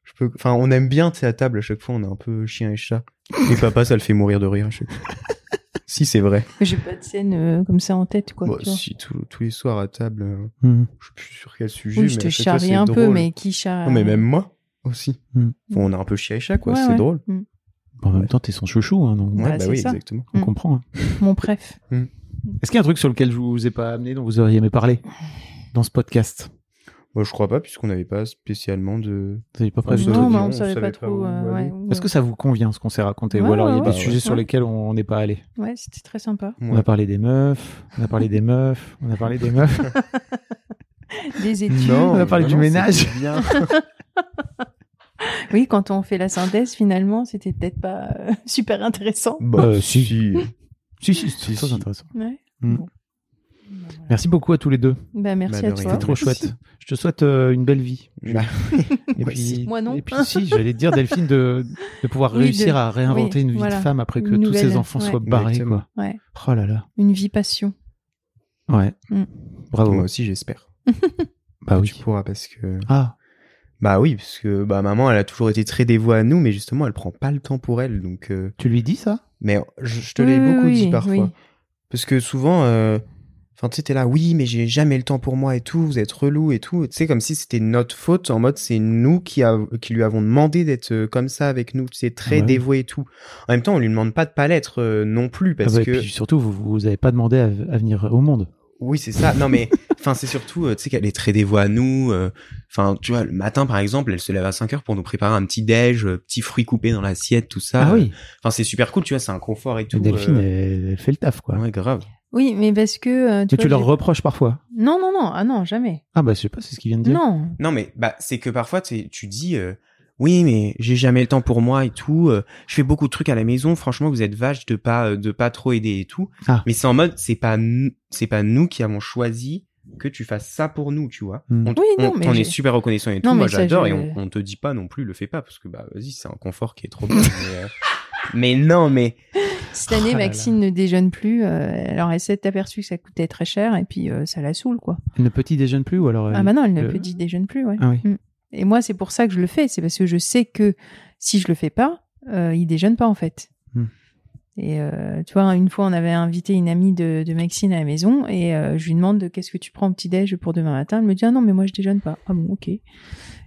je peux enfin on aime bien tu sais à table à chaque fois on est un peu chien et chat et papa ça le fait mourir de rire à chaque fois. si c'est vrai
Mais J'ai pas de scène euh, comme ça en tête, quoi.
Bon,
tu vois.
si tous- tous les soirs à table euh,
Mhm.
je suis plus sur quel sujet
Oui,
mais
je
à
te
chaque fois,
charrie
c'est
un peu,
drôle.
mais qui charrie
non mais même moi aussi
Mm.
Enfin, on est un peu chien et chat quoi
Ouais,
c'est
ouais.
drôle
Mm.
En même temps, t'es son chouchou, hein, donc
ouais,
Bah,
bah
c'est
oui
ça.
exactement
on
Mm.
comprend. hein.
Mon préf.
Est-ce qu'il y a un truc sur lequel je vous ai pas amené, dont vous auriez aimé parler dans ce podcast
Moi, je crois pas, puisqu'on n'avait pas spécialement de.
Vous n'avez pas
Ah,
prévu
non,
de-
non,
mais
on
on savait
savait
pas
pas
trop.
où
euh,
aller.
ouais, où-
Est-ce que ça vous convient ce qu'on s'est raconté Ou
Ouais,
alors il y a
ouais,
des
ouais.
sujets sur
Ouais.
lesquels on n'est pas allé
Ouais, c'était très sympa.
On a
Ouais.
parlé des meufs, on a parlé des meufs, on a parlé des meufs.
Des études.
on a parlé
bah
du ménage.
c'était bien.
Oui, quand on fait la synthèse, finalement, c'était peut-être pas euh, super intéressant.
bah,
Euh, si.
si.
si, si, c'est
Si,
très
si.
intéressant.
Ouais.
Mm.
Bon. Bah, voilà.
Merci beaucoup à tous les deux.
Bah, merci
Hmm. Bah,
à
de rien.
toi.
C'était trop chouette. Je te souhaite euh, une belle vie.
Bah,
Et puis,
Moi aussi.
Moi non.
Et puis si, j'allais te dire Delphine de, de pouvoir
Oui, de-
réussir à réinventer
oui,
une vie
voilà.
de femme après que
Une
tous ses
nouvelle-
enfants
ouais.
soient barrés.
Exactement.
Quoi.
Ouais.
Oh là là.
Une vie passion.
Ouais.
Mm.
Bravo.
Moi aussi, j'espère.
bah
Tu
oui.
pourras, parce que.
Ah,
Bah oui, parce que bah, maman, elle a toujours été très dévouée à nous, mais justement, elle prend pas le temps pour elle. Donc, euh,
tu lui dis ça
Mais je, je te l'ai beaucoup dit parfois. Parce que souvent. euh, Enfin, tu sais, t'es là, oui, mais j'ai jamais le temps pour moi et tout, vous êtes relou et tout. Tu sais, comme si c'était notre faute, en mode c'est nous qui, av- qui lui avons demandé d'être euh, comme ça avec nous, c'est très
Ouais.
dévoué et tout. En même temps, on lui demande pas de pas l'être euh, non plus,
Ah
parce
bah,
que.
Et puis surtout, vous, vous avez pas demandé à, à venir au monde.
Oui, c'est ça. Non, mais enfin, c'est surtout, euh, tu sais, qu'elle est très dévouée à nous. euh, Enfin, tu vois, le matin, par exemple, elle se lève à 5 heures pour nous préparer un petit déj, euh, petits fruits coupés dans l'assiette, tout ça.
Ah oui.
Enfin, c'est super cool, tu vois, c'est un confort et tout.
Delphine,
euh,
elle, elle fait le taf, quoi.
Ouais, grave.
Oui, mais parce que. euh,
Mais
vois,
tu leur
j'ai-
reproches parfois.
Non, non, non. Ah non, jamais.
Ah bah je sais pas, c'est ce qu'il vient de dire.
Non.
Non, mais bah, c'est que parfois, tu tu dis, euh, oui, mais j'ai jamais le temps pour moi et tout. euh, je fais beaucoup de trucs à la maison. Franchement, vous êtes vache de pas euh, de pas trop aider et tout.
Ah.
Mais c'est en mode, c'est pas nous- c'est pas nous qui avons choisi que tu fasses ça pour nous, tu vois.
Mm.
On, t-
Oui, non,
on-
mais
on
j'ai-
est super reconnaissant et
Non,
tout.
mais
Moi,
ça,
j'adore
je-
et on, on te dit pas non plus le fais pas parce que bah vas-y, c'est un confort qui est trop bien. mais, euh, mais non, mais
Cette année,
Oh là là.
Maxine ne déjeune plus. euh, alors, elle s'est aperçue que ça coûtait très cher et puis euh, ça la saoule, quoi.
Elle ne petit déjeune plus ou alors elle-
ah Mm. bah non, elle ne
euh,
peut dire déjeune plus, ouais.
Ah oui.
Et moi, c'est pour ça que je le fais. C'est parce que je sais que si je le fais pas, euh, il déjeune pas en fait.
Hmm.
Et euh, tu vois, une fois, on avait invité une amie de, de Maxine à la maison et euh, je lui demande qu'est-ce que tu prends au petit-déj pour demain matin. Elle me dit ah non, mais moi je déjeune pas. Ah bon, ok.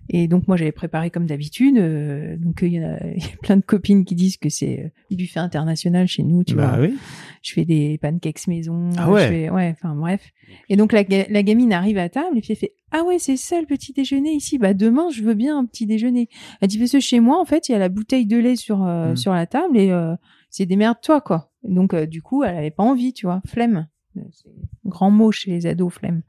Et donc moi j'avais préparé comme d'habitude. euh, donc il y, en a il y a plein de copines qui disent que c'est euh, buffet international chez nous, tu vois
Bah oui.
je fais des pancakes maison.
Ah
je
ouais.
fais- ouais, enfin bref. Et donc la, ga- la gamine arrive à table et puis elle fait Ah ouais, c'est ça le petit déjeuner ici. Bah demain, je veux bien un petit déjeuner. Elle dit Parce que chez moi, en fait, il y a la bouteille de lait sur, euh,
Mm.
sur la table et euh, c'est des merdes, toi, quoi. Donc euh, du coup, elle avait pas envie, tu vois. Flemme. Euh, C'est un grand mot chez les ados, flemme.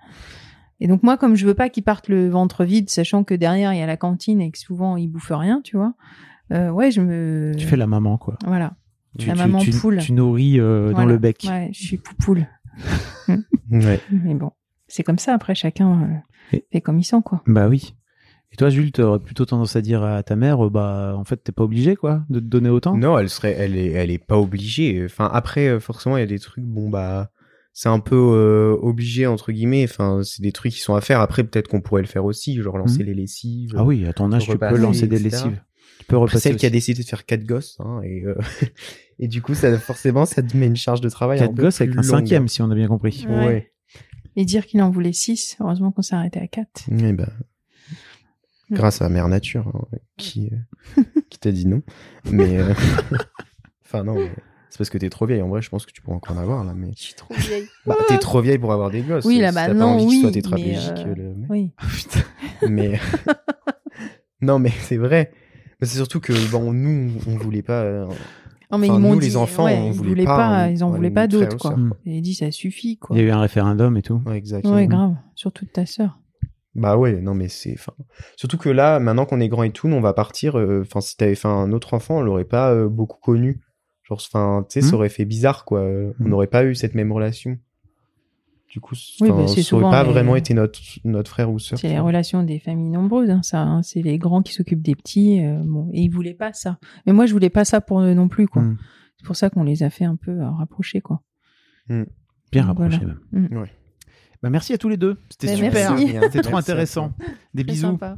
Et donc moi, comme je veux pas qu'ils partent le ventre vide, sachant que derrière, il y a la cantine et que souvent, ils bouffent rien, tu vois. euh, ouais, je me.
Tu fais la maman quoi.
Voilà.
Tu,
La
tu-
maman
tu-
poule.
Tu nourris euh, dans
Voilà.
le bec.
Ouais, je suis poupoule.
ouais.
Mais bon, c'est comme ça. Après, chacun euh,
Et-
fait comme il sent, quoi.
Bah oui. Et toi Jules, t'aurais plutôt tendance à dire à ta mère, euh, bah en fait t'es pas obligé quoi de te donner autant.
Non, elle serait, elle est, elle est pas obligée. Enfin, après, euh, forcément, il y a des trucs, bon, bah, c'est un peu euh, obligé, entre guillemets. Enfin, c'est des trucs qui sont à faire. Après, peut-être qu'on pourrait le faire aussi, genre lancer les lessives.
Mhm. Ah oui, à ton âge tu peux
Repasser,
lancer des
etc.
lessives. Tu peux
Après,
repasser.
celle qui a
aussi.
décidé de faire quatre gosses, hein, et, euh, et du coup, ça, forcément, ça te met une charge de travail.
quatre
un peu
gosses avec
plus
un
longue.
cinquième si on a bien compris.
Ouais.
Ouais.
Et dire qu'il en voulait six, heureusement qu'on s'est arrêté à quatre.
Eh ben,
Mm.
grâce à Mère Nature, hein, qui, euh, qui t'a dit non. Mais. euh, Enfin, non, mais c'est parce que t'es trop vieille. En vrai, je pense que tu pourras encore en avoir, là, mais.
Je suis trop vieille.
Bah, t'es trop vieille pour avoir des gosses.
Ah. Oui,
Euh,
là,
si
bah,
t'as pas
non,
envie qu'ils
oui,
soient
mais,
tétraplégiques,
euh,
le mec.
Oui.
Mais. euh, non, mais c'est vrai. Mais C'est surtout que, bon, nous, on voulait pas. euh,
Non, mais
Enfin,
ils m'ont
nous,
dit,
les enfants,
ouais,
on
ils
voulait
voulaient
pas,
pas,
on-
ils en
on
voulaient
nous
pas
frères
d'autres,
et
quoi.
sœurs.
Mm.
Et dit, ça suffit, quoi.
Il y a eu un référendum et tout.
Ouais, exactement.
Ouais, grave. Surtout de ta sœur.
Bah ouais, non, mais c'est. enfin, Surtout que là, maintenant qu'on est grand et tout, nous, on va partir. euh, Enfin, si t'avais fait un autre enfant, on l'aurait pas euh, beaucoup connu. Genre, enfin, tu sais,
Mm.
Hmm.
ça aurait fait bizarre, quoi. euh, On
Mm.
n'aurait pas eu cette même relation. Du coup, c-
Oui,
enfin,
bah, c'est
ça aurait
souvent
pas
les-
vraiment été notre, notre frère ou sœur.
C'est
tu
les
vois.
relations des familles nombreuses, hein, ça. hein. C'est les grands qui s'occupent des petits. euh, bon, et ils voulaient pas ça. Mais moi, je voulais pas ça pour eux non plus, quoi.
Hmm.
Mm.
C'est pour ça qu'on les a fait un peu euh, rapprocher, quoi.
Bien
Voilà.
rapproché, même.
Bah, merci à tous les deux.
C'était
Mais
super.
merci.
C'était trop
Merci à
intéressant. Des
Très
bisous.
sympa.